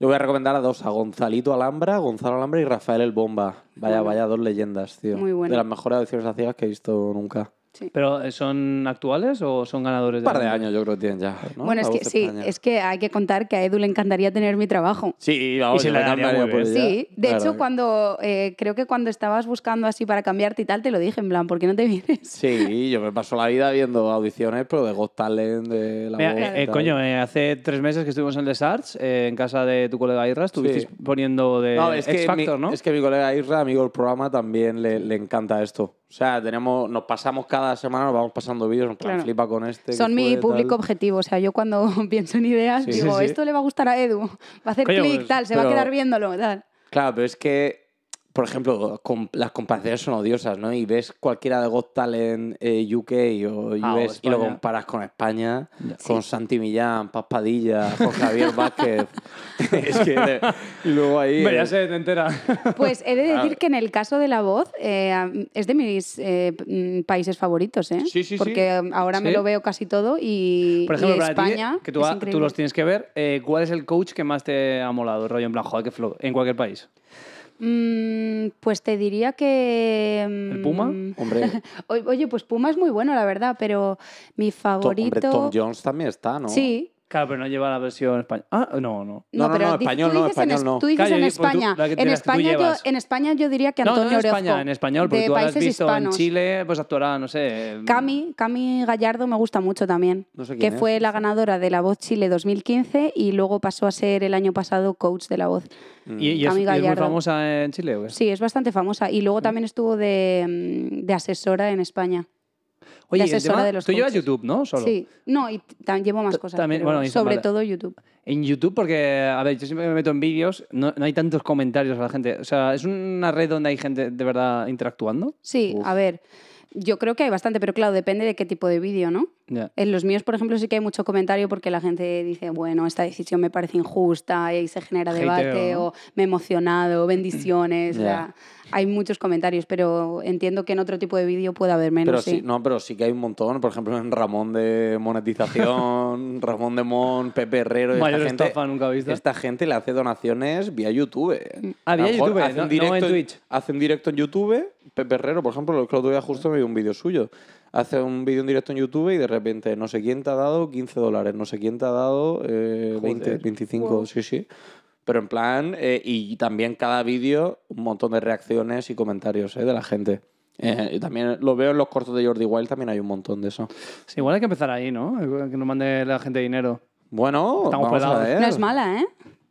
Yo voy a recomendar a dos, a Gonzalito Alhambra, Gonzalo Alhambra y Rafael el Bomba. Vaya, vaya dos leyendas, tío. Muy bueno. De las mejores adicciones a ciegas que he visto nunca. ¿Pero eh, son actuales o son ganadores? Un par de antes? años yo creo que tienen ya. ¿no? Bueno, es La que Voz sí, España. es que hay que contar que a Edu le encantaría tener mi trabajo. Sí, vamos, Y se yo la me daría cambiaría muy por bien. ella. Sí, de Claro hecho que- cuando eh, creo que cuando estabas buscando así para cambiarte y tal, te lo dije en plan, ¿por qué no te vienes? Sí, yo me paso la vida viendo audiciones, pero de Got Talent, de la Mira, voz. eh, eh, tal. coño, eh, hace tres meses que estuvimos en Les Arts, eh, en casa de tu colega Irra, estuvisteis Sí. poniendo de No, es Eh, X que, Factor, mi, ¿no? es que mi colega Isra, amigo del programa, también le, le encanta esto. O sea, tenemos, nos pasamos cada semana, nos vamos pasando vídeos, en plan, Claro. flipa con este. que Son mi fue, público tal. objetivo, o sea, yo cuando pienso en ideas Sí, digo, sí, sí. esto le va a gustar a Edu, va a hacer Coño, clic, pues, tal, se va a pero- quedar viéndolo, tal. Claro, pero es que, por ejemplo, com- las comparaciones son odiosas, ¿no? Y ves cualquiera de Got Talent eh, UK o US Ah, o y lo España. comparas con España, con Santi Millán, Paz Padilla, con Javier Vázquez. es que... de- y luego ahí... Hombre, ya eh, se te entera. Pues he de decir que en el caso de la voz eh, a- es de mis eh, mm, países favoritos, ¿eh? Sí, sí, sí. Porque ahora me Sí. lo veo casi todo y, Por ejemplo, y para ti, España que tú, es ha- tú increíble. los tienes que ver, eh, ¿cuál es el coach que más te ha molado? Rollo en plan, joder, qué flow, en cualquier país. Mm, pues te diría que... ¿El Puma? mm, Hombre, O- Oye, pues Puma es muy bueno, la verdad, pero mi To- hombre, favorito. Tom Jones también está, ¿no? Sí. Claro, pero no lleva la versión española. Ah, no, no. No, No, no, pero no, di- español tú no, dices en español es- no. Tú dices Claro, en yo- pues tú- España. la que- de en, las que tú España yo, llevas. en España yo diría que No, no Antonio en Orozco. España, en español, porque de tú habrás países visto hispanos. en Chile, pues actuará, no sé. Cami, Cami Gallardo me gusta mucho también, No sé que quién es. fue la ganadora de La Voz Chile 2015 y luego pasó a ser el año pasado coach de La Voz. ¿Y, y es, Cami y es muy Gallardo. famosa en Chile, ¿o qué? Sí, es bastante famosa y luego también estuvo de, mm, de asesora en España. Oye, la y el asesora tema- de los tú llevas coaches. YouTube, ¿no? Solo. Sí, no, y ta- llevo más Ta- cosas, también- pero bueno, Instagram, sobre vale. todo YouTube. En YouTube, porque, a ver, yo siempre me meto en vídeos, no, no hay tantos comentarios a la gente. O sea, es una red donde hay gente de verdad interactuando. Sí, a ver, yo creo que hay bastante, pero claro, depende de qué tipo de vídeo, ¿no? Ya. En los míos, por ejemplo, sí que hay mucho comentario porque la gente dice, bueno, esta decisión me parece injusta y se genera Hateo, debate ¿no? o me he emocionado, bendiciones. o sea, Ya. hay muchos comentarios, pero entiendo que en otro tipo de vídeo puede haber menos. Pero sí. sí. no, pero sí que hay un montón. Por ejemplo, en Ramón de Monetización, Ramón de Mon, Pepe Herrero. esta Mayor gente- estafa nunca vista. Esta gente le hace donaciones vía YouTube. Ah, A lo vía mejor YouTube, hace no- un no directo en Twitch. Hace un directo en YouTube. Pepe Herrero, por ejemplo, el otro día justo me vi un vídeo suyo. Hace un vídeo en directo en YouTube y de repente no sé quién te ha dado 15 dólares, no sé quién te ha dado eh, 20, 25, sí, sí. Pero en plan, eh, y también cada vídeo un montón de reacciones y comentarios eh, de la gente. Eh, y también lo veo en los cortos de Jordi Wild, también hay un montón de eso. Sí, igual hay que empezar ahí, ¿no? Que nos mande la gente dinero. Bueno, Estamos vamos a pelados. ver. No es mala, ¿eh?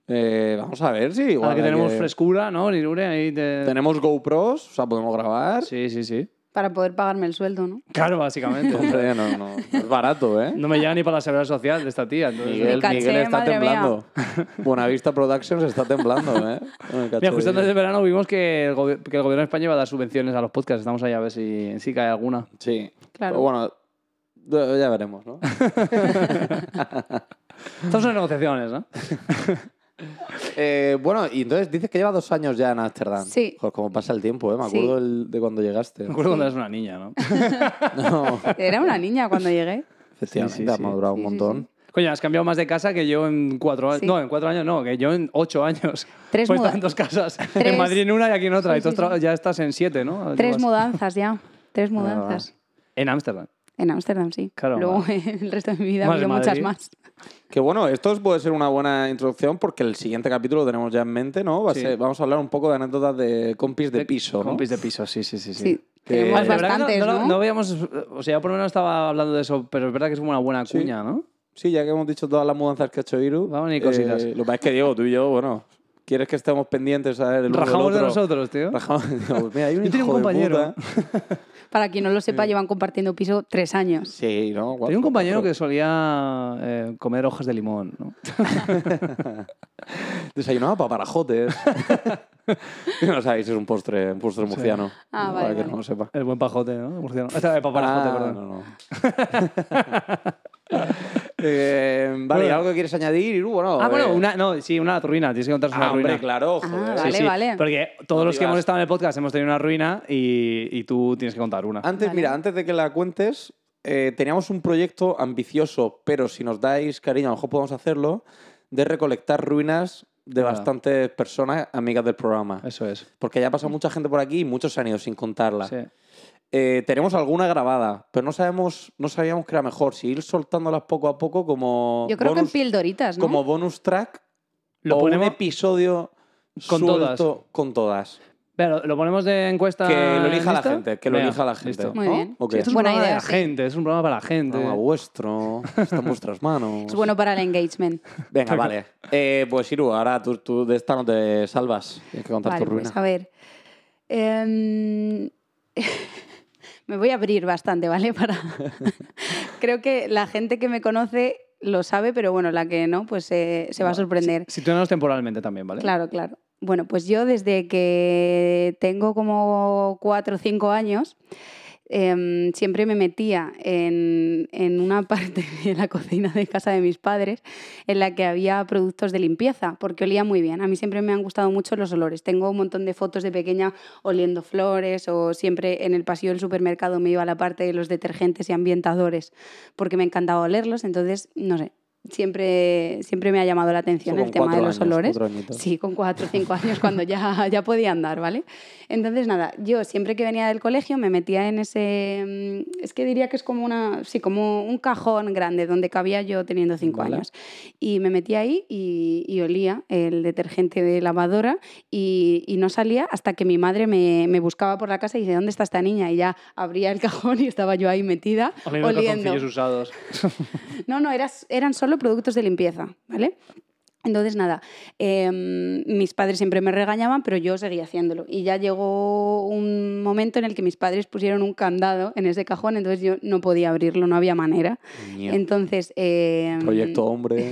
Eh, vamos a ver si igual Ahora que hay tenemos frescura, ¿no? Nirure, ahí te... Eh. Tenemos GoPros, o sea, podemos grabar. Sí, sí, sí. Para poder pagarme el sueldo, ¿no? Claro, básicamente. Hombre, no, no, no es barato, ¿eh? no me llega ni para la seguridad social de esta tía. entonces- ¿eh? Miguel, Mi caché, Miguel está madre mía. temblando. Buenavista Productions está temblando, ¿eh? Con el caché Mira, justo de- antes del verano vimos que el, gobi- que el gobierno de España iba a dar subvenciones a los podcasts. Estamos ahí a ver si, si cae alguna. Sí. Claro. Pero bueno, ya ya veremos, ¿no? Estamos en negociaciones, ¿no? Eh, bueno, y entonces dices que lleva dos años ya en Ámsterdam. Sí. Joder, cómo pasa el tiempo, ¿eh? Me Sí. acuerdo el- de cuando llegaste. Me acuerdo cuando eras una niña, ¿no? No, Era una niña cuando llegué. efectivamente, Sí, sí, ha sí. madurado un Sí, sí, montón. Coño, has cambiado más de casa que yo en cuatro años. Sí. No, en cuatro años no, que yo en ocho años. Tres pues muda- en dos casas. En Tres- Madrid en una y aquí en otra. Sí, y tú sí, tra- ya estás en siete, ¿no? Tres Llevas- mudanzas ya. Tres mudanzas. En Ámsterdam. En Ámsterdam, sí. Claro, Luego madre. el resto de mi vida ha Más habido en muchas Madrid. más. Que bueno, esto os puede ser una buena introducción porque el siguiente capítulo lo tenemos ya en mente, ¿no? Va a Sí. ser- vamos a hablar un poco de anécdotas de compis de piso, ¿no? Compis de piso, sí, sí, sí. sí. Sí. Tenemos Ah, de verdad que bastantes, no, ¿no? veíamos, o sea, yo por lo menos estaba hablando de eso, pero es verdad que es como una buena cuña, ¿no? Sí, ya que hemos dicho todas las mudanzas que ha hecho Iru. eh, Vamos a venir cositas. lo que pasa es que Diego, tú y yo, bueno, quieres que estemos pendientes a ver el uno del Rajamos de otro? nosotros, tío. Rajamos. Digo, Mira, hay un Yo tenía un hijo de compañero. puta. Para quien no lo sepa, llevan compartiendo piso tres años. Sí, ¿no? Tenía un compañero que solía eh, comer hojas de limón, ¿no? Desayunaba paparajotes. no sabéis, es un postre, un postre murciano. Ah, ¿no? vale, Para que vale. no lo sepa. El buen pajote, ¿no? Murciano. Este, eh, paparajote, Ah, perdón. no, no. Eh, vale, Bueno. ¿algo que quieres añadir, Iru? Bueno, Ah, bueno, eh, una, no, sí, una ruina. Tienes que contarnos Ah, una ruina. hombre, claro, Ah, joder. vale. vale. Porque todos No los que digas. hemos estado en el podcast hemos tenido una ruina y, y tú tienes que contar una. Antes, Vale. mira, antes de que la cuentes, eh, teníamos un proyecto ambicioso, pero si nos dais cariño, a lo mejor podemos hacerlo, de recolectar ruinas de Ah. bastantes personas amigas del programa. Eso es. Porque ya ha pasado mucha gente por aquí y muchos se han ido sin contarla. Sí. Eh, tenemos alguna grabada, pero no sabemos, no sabíamos que era mejor, si ir soltándolas poco a poco como Yo creo que en bonus, pildoritas, ¿no? como bonus track Lo o ponemos- un episodio Con todas. suelto con todas. Pero, ¿lo ponemos de encuesta? Que lo elija la ¿Listo? gente, que lo elija la gente. listo. Muy ¿No? bien. Ok. Sí, Esto es Buena un programa idea, de la sí. gente, es un programa para la gente. Programa vuestro, está en vuestras manos. Es bueno para el engagement. Venga, vale. Eh, pues Iru, ahora tú, tú de esta no te salvas. Tienes que contar Vale, tu pues ruina. a ver. Em, me voy a abrir bastante, ¿vale? Para... Creo que la gente que me conoce lo sabe, pero bueno, la que no, pues eh, se va a sorprender. Situanos temporalmente también, ¿vale? Claro, claro. Bueno, pues yo desde que tengo como cuatro o cinco años, em, siempre me metía en, en una parte de la cocina de casa de mis padres en la que había productos de limpieza, porque olía muy bien. A mí siempre me han gustado mucho los olores. Tengo un montón de fotos de pequeña oliendo flores o siempre en el pasillo del supermercado me iba a la parte de los detergentes y ambientadores, porque me encantaba olerlos. Entonces, no sé, siempre, siempre me ha llamado la atención Eso el con tema de cuatro los años, olores. cuatro añitos. Sí, con cuatro o cinco años, cuando ya, ya podía andar, ¿vale? Entonces, nada, yo siempre que venía del colegio me metía en ese. mm, Es que diría que es como una. Sí, como un cajón grande donde cabía yo teniendo cinco Vale. años. Y me metía ahí y, y olía el detergente de lavadora y, y no salía hasta que mi madre me, me buscaba por la casa y dice: ¿Dónde está esta niña? Y ya abría el cajón y estaba yo ahí metida Oliendo oliendo. calzoncillos usados. No, no, eras- eran solo productos de limpieza, ¿vale? Entonces, nada, em, mis padres siempre me regañaban, pero yo seguía haciéndolo. Y ya llegó un momento en el que mis padres pusieron un candado en ese cajón, entonces yo no podía abrirlo, no había manera. Ño. Entonces, em, Proyecto hombre.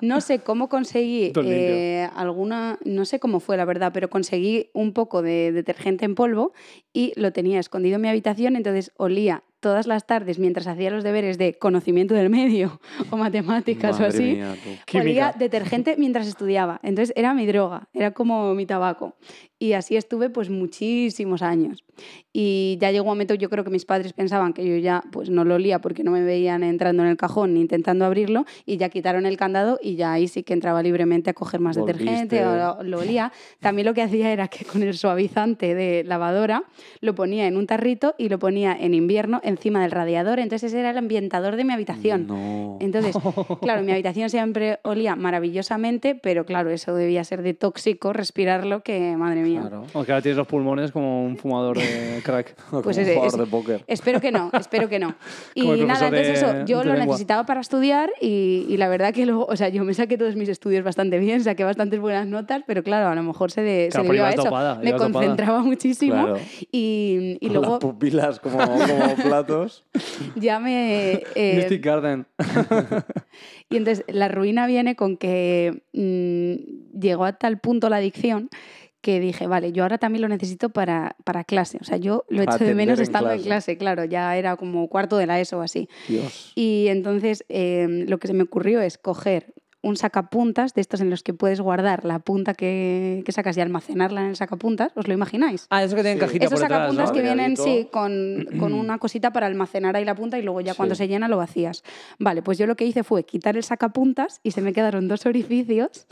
no sé cómo conseguí Todo limpio. eh, alguna, no sé cómo fue la verdad, pero conseguí un poco de detergente en polvo y lo tenía escondido en mi habitación, entonces olía todas las tardes mientras hacía los deberes de conocimiento del medio o matemáticas o Madre así. mía, tú. Química. Olía detergente mientras estudiaba. Entonces era mi droga, era como mi tabaco. Y así estuve pues muchísimos años. Y ya llegó un momento, yo creo que mis padres pensaban que yo ya pues no lo olía porque no me veían entrando en el cajón ni intentando abrirlo y ya quitaron el candado y ya ahí sí que entraba libremente a coger más Volviste. detergente o lo, lo olía. También lo que hacía era que con el suavizante de lavadora lo ponía en un tarrito y lo ponía en invierno encima del radiador. Entonces ese era el ambientador de mi habitación. No. Entonces, claro, mi habitación siempre olía maravillosamente, pero claro, eso debía ser de tóxico respirarlo, que madre mía. Claro. Aunque ahora tienes los pulmones como un fumador de crack. Como un Pues ese- jugador ese- de póker. Espero que no, espero que no. Y Como el nada, profesor entonces de- eso, yo de lo lengua. necesitaba para estudiar y, y la verdad que luego, o sea, yo me saqué todos mis estudios bastante bien, saqué bastantes buenas notas, pero claro, a lo mejor se, de, Claro, se pero debió a ibas eso. dopada, me ibas dopada. concentraba muchísimo Claro. y, y Con luego Las pupilas como, como platos. ya me... eh, Mystic Garden. Y entonces la ruina viene con que mm, llegó a tal punto la adicción que dije, vale, yo ahora también lo necesito para, para clase. O sea, yo Para lo echo de atender menos en estando en clase. clase, claro, ya era como cuarto de la ESO o así. Dios. Y entonces eh, lo que se me ocurrió es coger un sacapuntas de estos en los que puedes guardar la punta que, que sacas y almacenarla en el sacapuntas, ¿os lo imagináis? Ah, eso que tienen cajita por Esos detrás, sacapuntas ¿no? que vienen, Delgadito. sí, con, con una cosita para almacenar ahí la punta y luego ya cuando Sí. se llena lo vacías. Vale, pues yo lo que hice fue quitar el sacapuntas y se me quedaron dos orificios.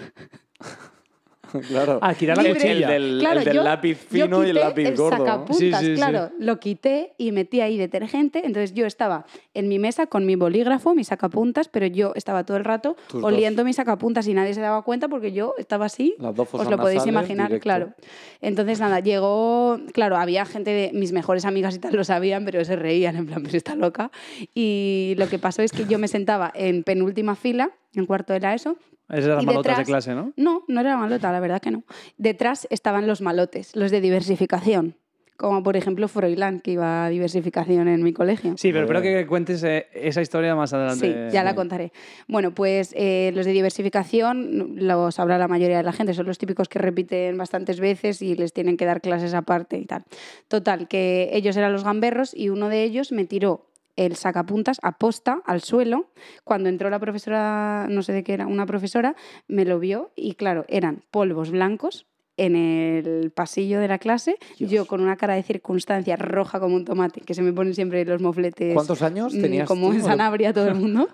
Claro. Ah, quitar la Libre. cuchilla. El del- del lápiz yo fino y el quité lápiz gordo, ¿no? sacapuntas, Sí, sí, sí. claro. Lo quité y metí ahí detergente. Entonces yo estaba en mi mesa con mi bolígrafo, mi sacapuntas, pero yo estaba todo el rato Tus dos. oliendo mis sacapuntas y nadie se daba cuenta porque yo estaba así. Las dos Os fosas lo podéis nasales, imaginar, directo. claro. Entonces, nada, llegó, claro, había gente de mis mejores amigas y tal lo sabían, pero se reían, en plan, pero está loca. Y lo que pasó es que yo me sentaba en penúltima fila, en cuarto de la ESO, Esas eran y malotas de detrás- clase, ¿no? no, no era malota, la verdad que no. Detrás estaban los malotes, los de diversificación, como por ejemplo Froilán, que iba a diversificación en mi colegio. Sí, pero espero que cuentes eh, esa historia más Sí, adelante. ya la contaré. Bueno, pues eh, los de diversificación, los sabrá la mayoría de la gente, son los típicos que repiten bastantes veces y les tienen que dar clases aparte y tal. Total, que ellos eran los gamberros y uno de ellos me tiró el sacapuntas aposta al suelo. Cuando entró la profesora, no sé de qué era, una profesora, me lo vio y claro, eran polvos blancos en el pasillo de la clase, Dios. yo con una cara de circunstancia roja como un tomate, que se me ponen siempre los mofletes. ¿Cuántos años mm, tenías Como tú? en Sanabria todo el mundo.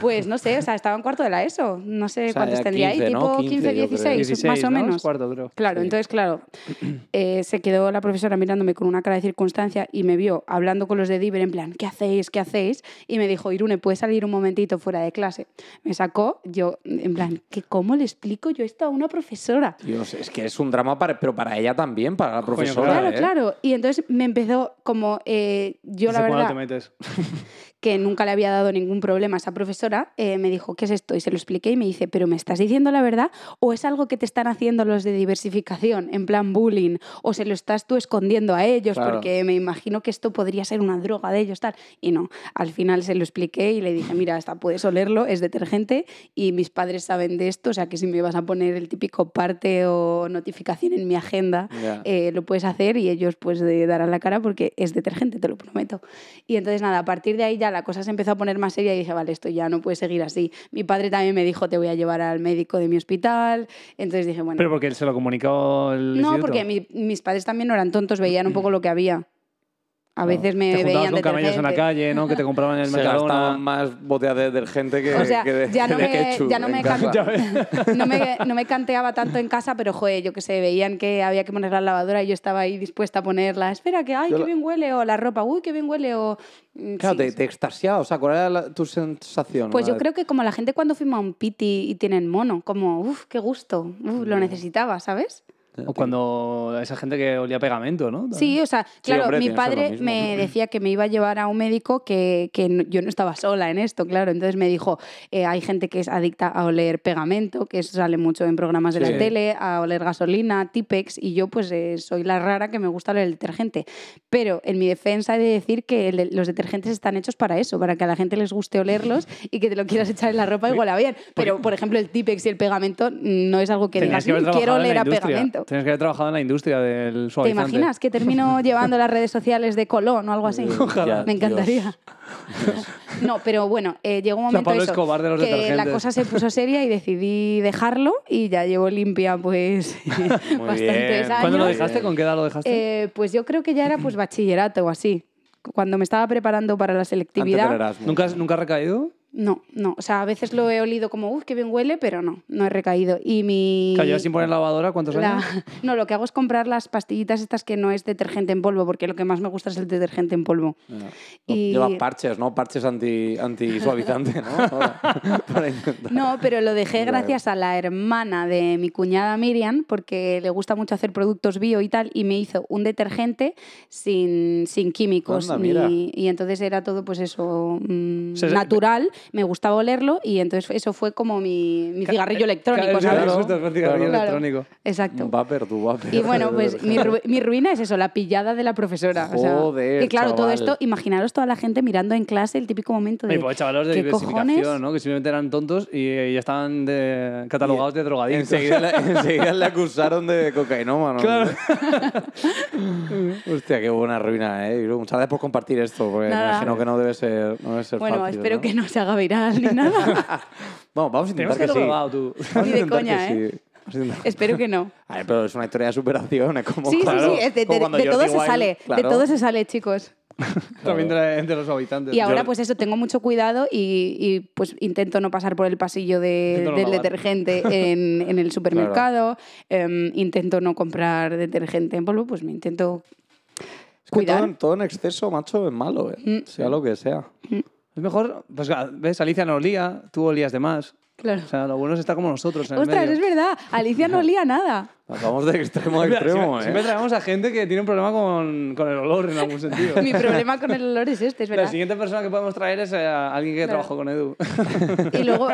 Pues no sé, o sea, estaba en cuarto de la ESO. No sé sea, cuántos era tendría ahí, 15, ¿no? tipo 15, 15, yo creo. 16, 16, más ¿no? o menos. Es cuarto, creo. Claro, Sí. entonces, claro, eh, se quedó la profesora mirándome con una cara de circunstancia y me vio hablando con los de Diver en plan, ¿qué hacéis? ¿Qué hacéis? Y me dijo, Irune, ¿puedes salir un momentito fuera de clase? Me sacó, yo, en plan, ¿qué, ¿cómo le explico yo esto a una profesora? Dios, es que es un drama, para- pero para ella también, para la profesora. Claro, ¿eh? claro. Y entonces me empezó como eh, yo la Ese cuadro verdad te metes. que nunca le había dado ningún problema a esa profesora, eh, me dijo, ¿qué es esto? Y se lo expliqué y me dice, ¿pero me estás diciendo la verdad? ¿O es algo que te están haciendo los de diversificación, en plan bullying? ¿O se lo estás tú escondiendo a ellos? Claro. Porque me imagino que esto podría ser una droga de ellos, tal. Y no, al final se lo expliqué y le dije, mira, hasta puedes olerlo, es detergente y mis padres saben de esto, o sea que si me vas a poner el típico parte o notificación en mi agenda, Ya. eh, lo puedes hacer y ellos pues de, darán la cara porque es detergente, te lo prometo. Y entonces nada, a partir de ahí ya la cosa se empezó a poner más seria y dije, vale, esto ya no puede seguir así. Mi padre también me dijo, te voy a llevar al médico de mi hospital. Entonces dije, bueno, Pero porque él se lo comunicó el no, instituto. porque mi- mis padres también no eran tontos, veían un poco lo que había. A veces me te juntabas veían con camellos detergente. en la calle, ¿no? Que te compraban en el Se gastaban Mercadona. más botellas de detergente que, O sea, que de, ya no que de me, ketchup ya no en me, casa. can- no me- no me canteaba tanto en casa, pero joder, yo que sé, veían que había que poner la lavadora y yo estaba ahí dispuesta a ponerla. Espera, que ay, Yo qué la- bien huele, o la ropa, uy, qué bien huele, o. mm, Claro, sí, te, te extasiaba. O sea, ¿cuál era la- tu sensación? Pues yo Una- creo que como la gente cuando firma un piti y tienen mono, como, uff, qué gusto, uf, Mm. lo necesitaba, ¿sabes? O cuando esa gente que olía pegamento, ¿no? Sí, o sea, claro, hombre, mi pienso lo padre mismo. me decía que me iba a llevar a un médico que, que no- yo no estaba sola en esto, claro. Entonces me dijo, eh, hay gente que es adicta a oler pegamento, que eso sale mucho en programas de Sí. la tele, a oler gasolina, Tipex, y yo pues eh, soy la rara que me gusta oler el detergente. Pero en mi defensa he de decir que el de- los detergentes están hechos para eso, para que a la gente les guste olerlos y que te lo quieras echar en la ropa y huela bien. Pero, por ejemplo, el Tipex y el pegamento mm, no es algo que Tenías digas, que haber "Mm, quiero trabajado en la oler a industria. pegamento. Tenías que haber trabajado en la industria del ¿Te suavizante. imaginas que termino llevando las redes sociales de Colón o algo así? Ojalá. Me encantaría. No, pero bueno, eh, llegó un La momento Pablo eso, Escobar de los que la detergentes. cosa se puso seria y decidí dejarlo y ya llevo limpia pues bastantes bien. años. ¿Cuándo lo años. dejaste? ¿Con qué edad lo dejaste? Eh, pues yo creo que ya era pues bachillerato o así. Cuando me estaba preparando para la Antes del selectividad. Erasmus. ¿Nunca, has- ¿Nunca has recaído? no, no. O sea, a veces lo he olido como, uff, qué bien huele, pero no, no he recaído. Y mi. Claro, llevas sin poner lavadora, ¿cuántos La- años? No, lo que hago es comprar las pastillitas estas que no es detergente en polvo, porque lo que más me gusta es el detergente en polvo. Y- Ah. Lleva parches, ¿no? Parches anti, antisuavizante, ¿no? Para intentar- No, pero lo dejé gracias a la hermana de mi cuñada Miriam, porque le gusta mucho hacer productos bio y tal, y me hizo un detergente sin, sin químicos. Anda, ni- mira. y entonces era todo, pues eso, mm, O sea, es- natural, me gustaba olerlo, y entonces eso fue como mi, mi cigarrillo electrónico, ¿sabes? eh, Claro, justo, es un cigarrillo Claro. electrónico. Exacto. Un vapor, tu vapor. Y bueno, pues mi, ru- mi ruina es eso, la pillada de la profesora. o sea, Joder, y claro, todo chaval. esto, imaginaros toda la gente mirando en clase el típico momento de. Y pues chavalos de ¿qué diversificación, cojones? ¿no? Que simplemente eran tontos y, y ya estaban de- catalogados de drogadictos. Enseguida, la- enseguida le acusaron de cocainómano. Claro. Hostia, qué buena ruina, ¿eh? Y luego, Muchas gracias por compartir esto, porque me Nada. imagino que no debe ser, no debe ser Bueno, fácil, espero ¿no? que no se haga viral ni nada. Vamos, vamos a Tenemos intentar que que sí. drogado, tú. Vamos a Ni de intentar coña, que ¿eh? sí. Vamos a intentar- espero que no. A ver, pero es una historia de superación, es como... Sí, claro, sí, sí, es de, como de- cuando de Jordi todo se Wild, sale, de claro. todo se sale, chicos. También de, de los habitantes. Y ahora pues eso, tengo mucho cuidado y, y, pues intento no pasar por el pasillo de- Intento no del lavar. detergente en, en el supermercado, em, intento no comprar detergente en polvo, pues me intento... Es que cuidar. Mm. todo, en- todo en exceso, macho, es malo, ¿eh? Sea lo que sea. Es mejor, pues ves, Alicia no olía, tú olías de más. Claro. O sea, lo bueno es estar como nosotros en el Ostras, medio. es verdad, Alicia no olía nada. Acabamos de extremo a Mira, extremo, siempre, siempre ¿eh? traemos a gente que tiene un problema con, con el olor en algún sentido. Mi problema con el olor es este, es La verdad. siguiente persona que podemos traer es eh, a alguien que Claro. trabajó con Edu. Y luego,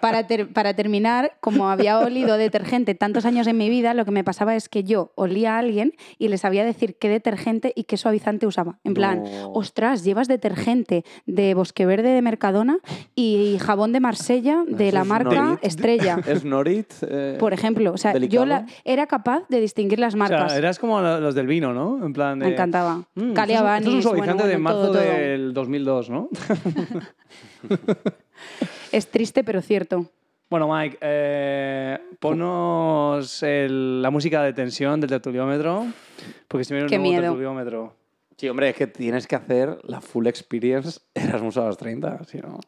para, ter- para terminar, como había olido detergente tantos años en mi vida, lo que me pasaba es que yo olía a alguien y le sabía decir qué detergente y qué suavizante usaba. En plan, No. ostras, llevas detergente de Bosque Verde de Mercadona y jabón de Marsella de Eso la es marca Norit. Estrella. Es Norit. eh, Por ejemplo, o sea, delicado. yo la- era capaz de distinguir las O sea, marcas. eras como lo- los del vino, ¿no? En plan de... Me encantaba. Mm, esto es- Calia esto es un Banis, bueno, suavizante de bueno, marzo todo, todo. del 2002, ¿no? Es triste, pero cierto. bueno, Mike, eh, ponos el- la música de tensión del tertuliómetro, porque si viene un Qué nuevo miedo. tertuliómetro. Sí, hombre, es que tienes que hacer la full experience Erasmus a las 30, ¿sí o no?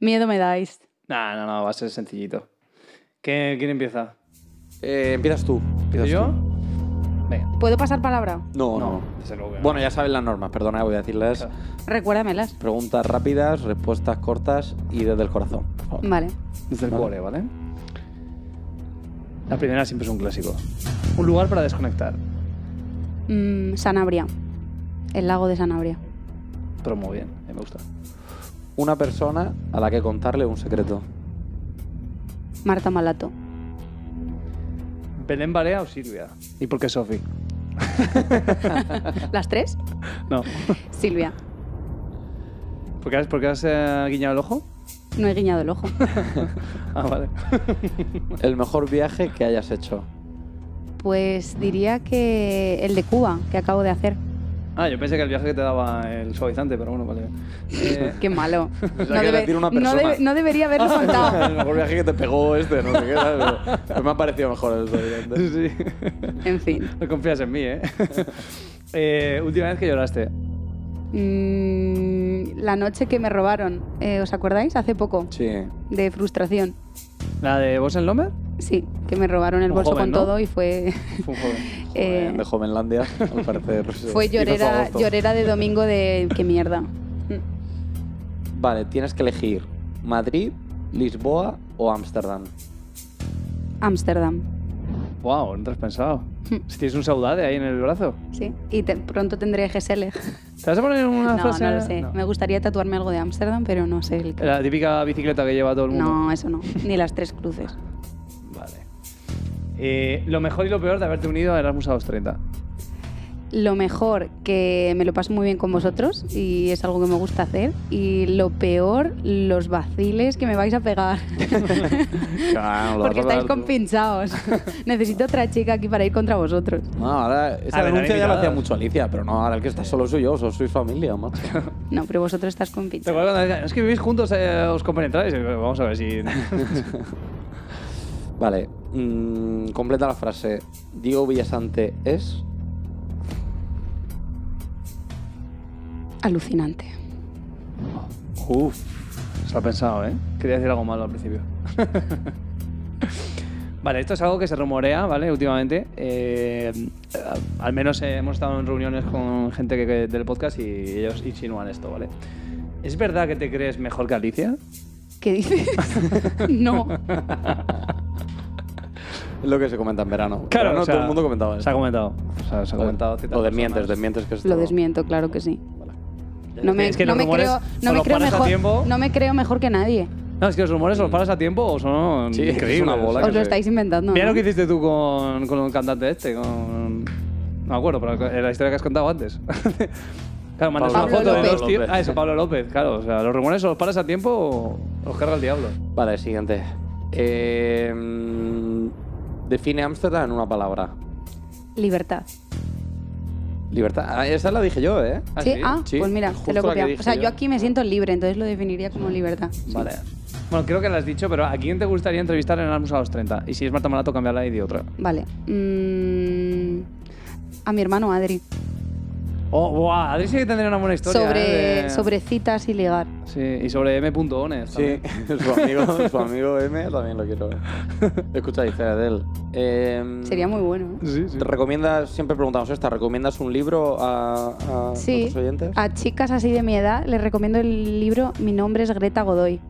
Miedo me dais. No, no, no, va a ser sencillito. ¿Qué- ¿Quién empieza? Eh, empiezas tú. ¿Soy empiezas yo? tú. Venga. ¿Puedo pasar palabra? No, no. No, desde luego que no. Bueno, ya sabes las normas, perdona, voy a decirles Claro. Recuérdamelas. preguntas rápidas, respuestas cortas y desde el corazón. por favor. Vale. Desde el core, ¿vale? La primera siempre es un clásico. Un lugar para desconectar. Mm, Sanabria. El lago de Sanabria. Pero muy bien, a mí me gusta. Una persona a la que contarle un secreto. Marta Malato. ¿Belén Barea o Silvia? ¿Y por qué Sofi? ¿Las tres? No. Silvia. ¿Por qué has, por qué has, eh, guiñado el ojo? No he guiñado el ojo. Ah, vale. El mejor viaje que hayas hecho. Pues diría que el de Cuba, que acabo de hacer. Ah, yo pensé que el viaje que te daba el suavizante, pero bueno, vale. Eh, Qué malo. que debe- decir una no, persona. no debería haberlo contado. el mejor viaje que te pegó este, no sé qué. ¿sabes? Pero- pero me ha parecido mejor el evidente. sí. En fin. No confías en mí, ¿eh? Eh, Última vez que lloraste. Mm, la noche que me robaron, eh, ¿os acordáis? Hace poco. Sí. De frustración. ¿La de Bosen Lomer? Sí, que me robaron el Un bolso joven, con ¿no? todo y fue. Fue un joven. eh, De Jovenlandia, al parecer. fue Hizo su llorera, agosto. llorera de domingo de. ¡Qué mierda! Vale, tienes que elegir Madrid, Lisboa o Ámsterdam. Ámsterdam. Wow, no te has pensado. Si tienes un saudade ahí en el brazo. Sí. Y te- pronto tendré GSL. ¿Te vas a poner una no, frase? no lo sé. No. Me gustaría tatuarme algo de Ámsterdam, pero no sé el qué. La típica bicicleta que lleva todo el mundo. No, eso no. Ni las tres cruces. Vale. Eh, lo mejor y lo peor de haberte unido a Erasmus a los 30. Lo mejor, que me lo paso muy bien con vosotros y es algo que me gusta hacer. Y lo peor, los vaciles que me vais a pegar. Porque estáis compinchados. Necesito otra chica aquí para ir contra vosotros. No, ahora esa A ver, denuncia ya la invitados. hacía mucho Alicia, pero no, ahora el que está solo soy yo, sois familia, macho. No, pero vosotros estás ¿Te compinchados. acuerdas cuando decían, es que vivís juntos, eh, os compenetráis? Eh, Vamos a ver si... Vale, mm, completa la frase. Diego Villasante es Alucinante. Uf, se lo ha pensado, ¿eh? Quería decir algo malo al principio. vale, esto es algo que se rumorea, ¿vale? Últimamente. Eh, eh, al menos eh, hemos estado en reuniones con gente que, que- del podcast y ellos insinúan esto, ¿vale? ¿Es verdad que te crees mejor que Alicia? ¿Qué dices? no. lo que se comenta en verano. no o sea, todo el mundo comentaba Se ha eso. comentado. O sea, se ha comentado. ciertas Lo desmientes, personas. desmientes que es Pues Lo todo. desmiento, claro que sí. No me, Es que no los me rumores creo, no o me los creo paras a tiempo. mejor, no me creo mejor que nadie. No, es que los rumores los paras a tiempo o son Sí, es que es una increíbles. bola Os sí. lo estáis inventando. pues Mira ¿no? lo que hiciste tú con, con el cantante este, con... No me acuerdo, pero la historia que has contado antes. claro, mandas Pablo una foto de López. dos tíos... López. Ah, eso, Pablo López, claro. O sea, los rumores o los paras a tiempo o los carga el diablo. Vale, siguiente. Eh, mm, define Ámsterdam en una palabra. Libertad. Libertad. Ah, Esa la dije yo, ¿eh? ¿Ah, sí? sí? ah, Sí, pues mira, justo te lo la que copiaba. dije O sea, yo. yo aquí me siento libre, entonces lo definiría como libertad. Sí. Vale. Bueno, creo que lo has dicho, pero ¿a quién te gustaría entrevistar en Erasmus a los 30? Y si es Marta Malato, cambiarla y de otra. Vale. Mm, a mi hermano Adri. Oh, guau, Adri sí que tendría una buena historia. sobre, ¿eh? De- sobre citas y ligar. Sí, y sobre M.Ones Sí, también. su amigo, su amigo M también lo quiero ver. Escucha la historia de él. Eh, Sería muy bueno. ¿eh? Sí, sí. ¿Te recomiendas, siempre preguntamos esta, ¿recomiendas un libro a, a Sí. Ah, nuestros oyentes? A chicas así de mi edad les recomiendo el libro Mi nombre es Greta Godoy.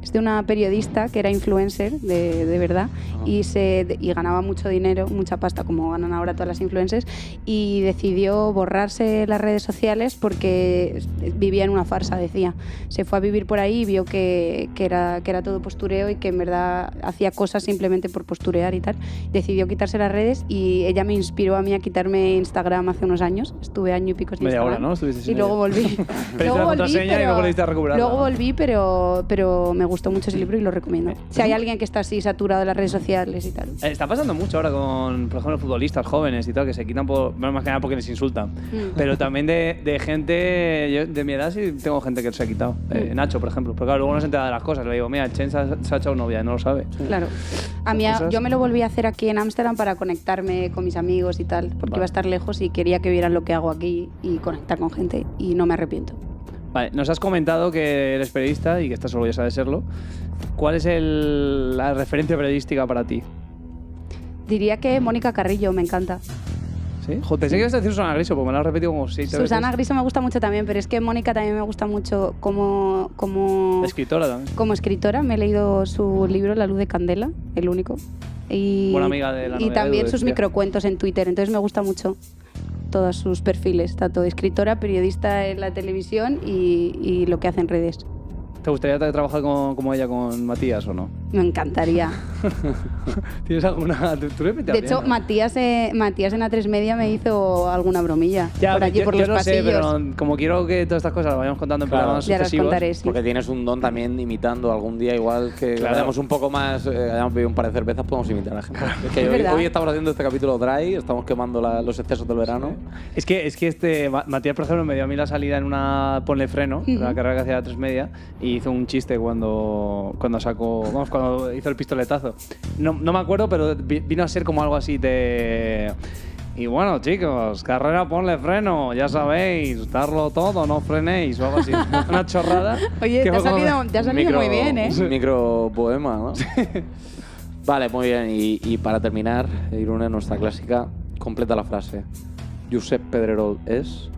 Es de una periodista que era influencer, de, de verdad, y, se, y ganaba mucho dinero, mucha pasta, como ganan ahora todas las influencers, y decidió borrarse las redes sociales porque vivía en una farsa, decía. Se fue a vivir por ahí y vio que, que era, que era todo postureo y que en verdad hacía cosas simplemente por posturear y tal. Decidió quitarse las redes y ella me inspiró a mí a quitarme Instagram hace unos años. Estuve año y pico sin Media hora, Instagram. ¿no? Estuviste sin y luego ella. volví. la contraseña y luego volviste a recuperarla, luego ¿no? volví, pero, pero me gustó mucho ese libro y lo recomiendo. Si hay alguien que está así saturado de las redes sociales y tal. Eh, Está pasando mucho ahora con, por ejemplo, futbolistas jóvenes y tal, que se quitan por, bueno, más que nada porque les insultan. Mm. Pero también de, de gente, yo de mi edad sí tengo gente que se ha quitado. Mm. Eh, Nacho, por ejemplo. Porque claro, luego no se entera de las cosas. Le digo, mira, el Chen se ha, se ha echado novia, y no lo sabe. Claro. A mí, Cosas. yo me lo volví a hacer aquí en Ámsterdam para conectarme con mis amigos y tal, porque Vale. iba a estar lejos y quería que vieran lo que hago aquí y conectar con gente y no me arrepiento. Vale, nos has comentado que eres periodista y que estás orgullosa de serlo. ¿Cuál es el- la referencia periodística para ti? Diría que Mónica Carrillo me encanta. ¿Sí? Jo, pensé que ibas a decir Susana Griso, porque me lo has repetido como seis veces. Susana Griso me gusta mucho también, pero es que Mónica también me gusta mucho como, como, Escritora también. como escritora. Me he leído su libro La luz de candela, el único. Y, Buena amiga de la y novela también de sus Lucía. microcuentos en Twitter, entonces me gusta mucho todos sus perfiles, tanto de escritora, periodista en la televisión y, y lo que hace en redes. ¿Te gustaría tra- trabajar con- como ella con Matías o no? Me encantaría. ¿Tienes alguna.? Tú, tú le metes De bien, hecho, ¿no? Matías, eh, Matías en A3 Media me hizo alguna bromilla Ya, por allí, yo, por yo los no sé, pasillos. pero como quiero que todas estas cosas las vayamos contando en Claro. programas ya las sucesivos. contaré, sí. Porque tienes un don también imitando algún día, igual que Claro. vayamos un poco más, eh, hayamos bebido un par de cervezas, podemos imitar a la gente. Es que Es hoy, verdad. hoy estamos haciendo este capítulo dry, estamos quemando la- los excesos del verano. Es que, es que este Ma- Matías, por ejemplo, me dio a mí la salida en una Ponle Freno, la carrera que hacía a tres media, y hizo un chiste cuando, cuando sacó, vamos, cuando hizo el pistoletazo. No, no me acuerdo, pero vi- vino a ser como algo así de... Y bueno, chicos, carrera ponle freno, ya sabéis, darlo todo, no frenéis, o algo así. Una chorrada. Oye, que te ha fue como- salido- te ha salido muy bien, ¿eh? Un micro poema, ¿no? vale, muy bien. Y, y para terminar, Irune, nuestra clásica, completa la frase. Josep Pedrerol es...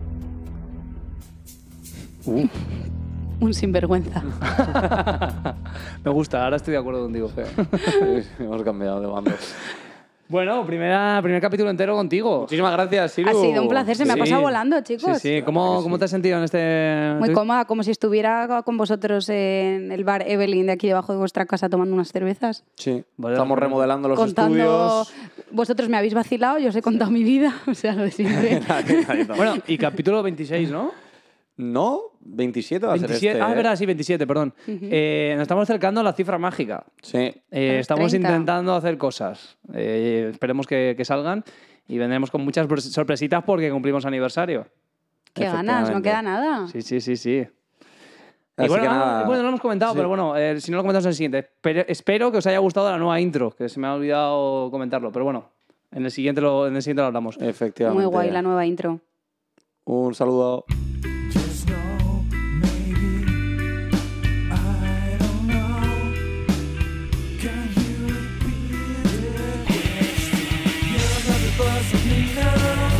Un sinvergüenza. Me gusta, ahora estoy de acuerdo contigo. Hemos cambiado de bando. Bueno, primera, primer capítulo entero contigo. Muchísimas gracias, Siru. Ha sido un placer, se me ha Sí. pasado volando, chicos. Sí, sí. ¿Cómo, ¿Cómo te has sentido en este...? Muy te- cómoda, como si estuviera con vosotros en el bar Evelyn de aquí debajo de vuestra casa tomando unas cervezas. Sí, Vale, estamos vale. remodelando los contando. estudios. Vosotros me habéis vacilado, yo os he contado mi vida, o sea, lo de siempre. Bueno, y capítulo 26, ¿no? No, 27 va a 27, ser este. ah, ¿eh? es verdad, sí, 27, perdón. Eh, nos estamos acercando a la cifra mágica. Sí. Eh, Los estamos 30. intentando hacer cosas. Eh, esperemos que, que salgan y vendremos con muchas sor- sorpresitas porque cumplimos aniversario. Qué ganas, no Efectivamente. queda nada. Sí, sí, sí, sí. Y Así bueno, que ah, nada. bueno, no lo hemos comentado, Sí. pero bueno, eh, si no lo comentamos en el siguiente. Pero espero que os haya gustado la nueva intro, que se me ha olvidado comentarlo, pero bueno, en el siguiente lo, en el siguiente lo hablamos. Efectivamente. Muy guay la nueva intro. Un saludo. Just know, maybe I don't know. Can you repeat it? You're not the boss of me now.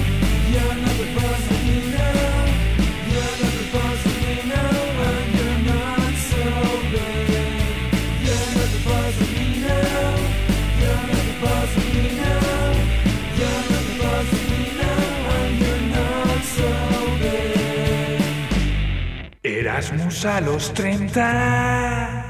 You're not the boss of me now. You're not the boss of me now, and you're not so bad. You're not the boss of me now. You're not the boss of me now. You're not the boss of me now, and you're not so bad. Erasmus a los 30.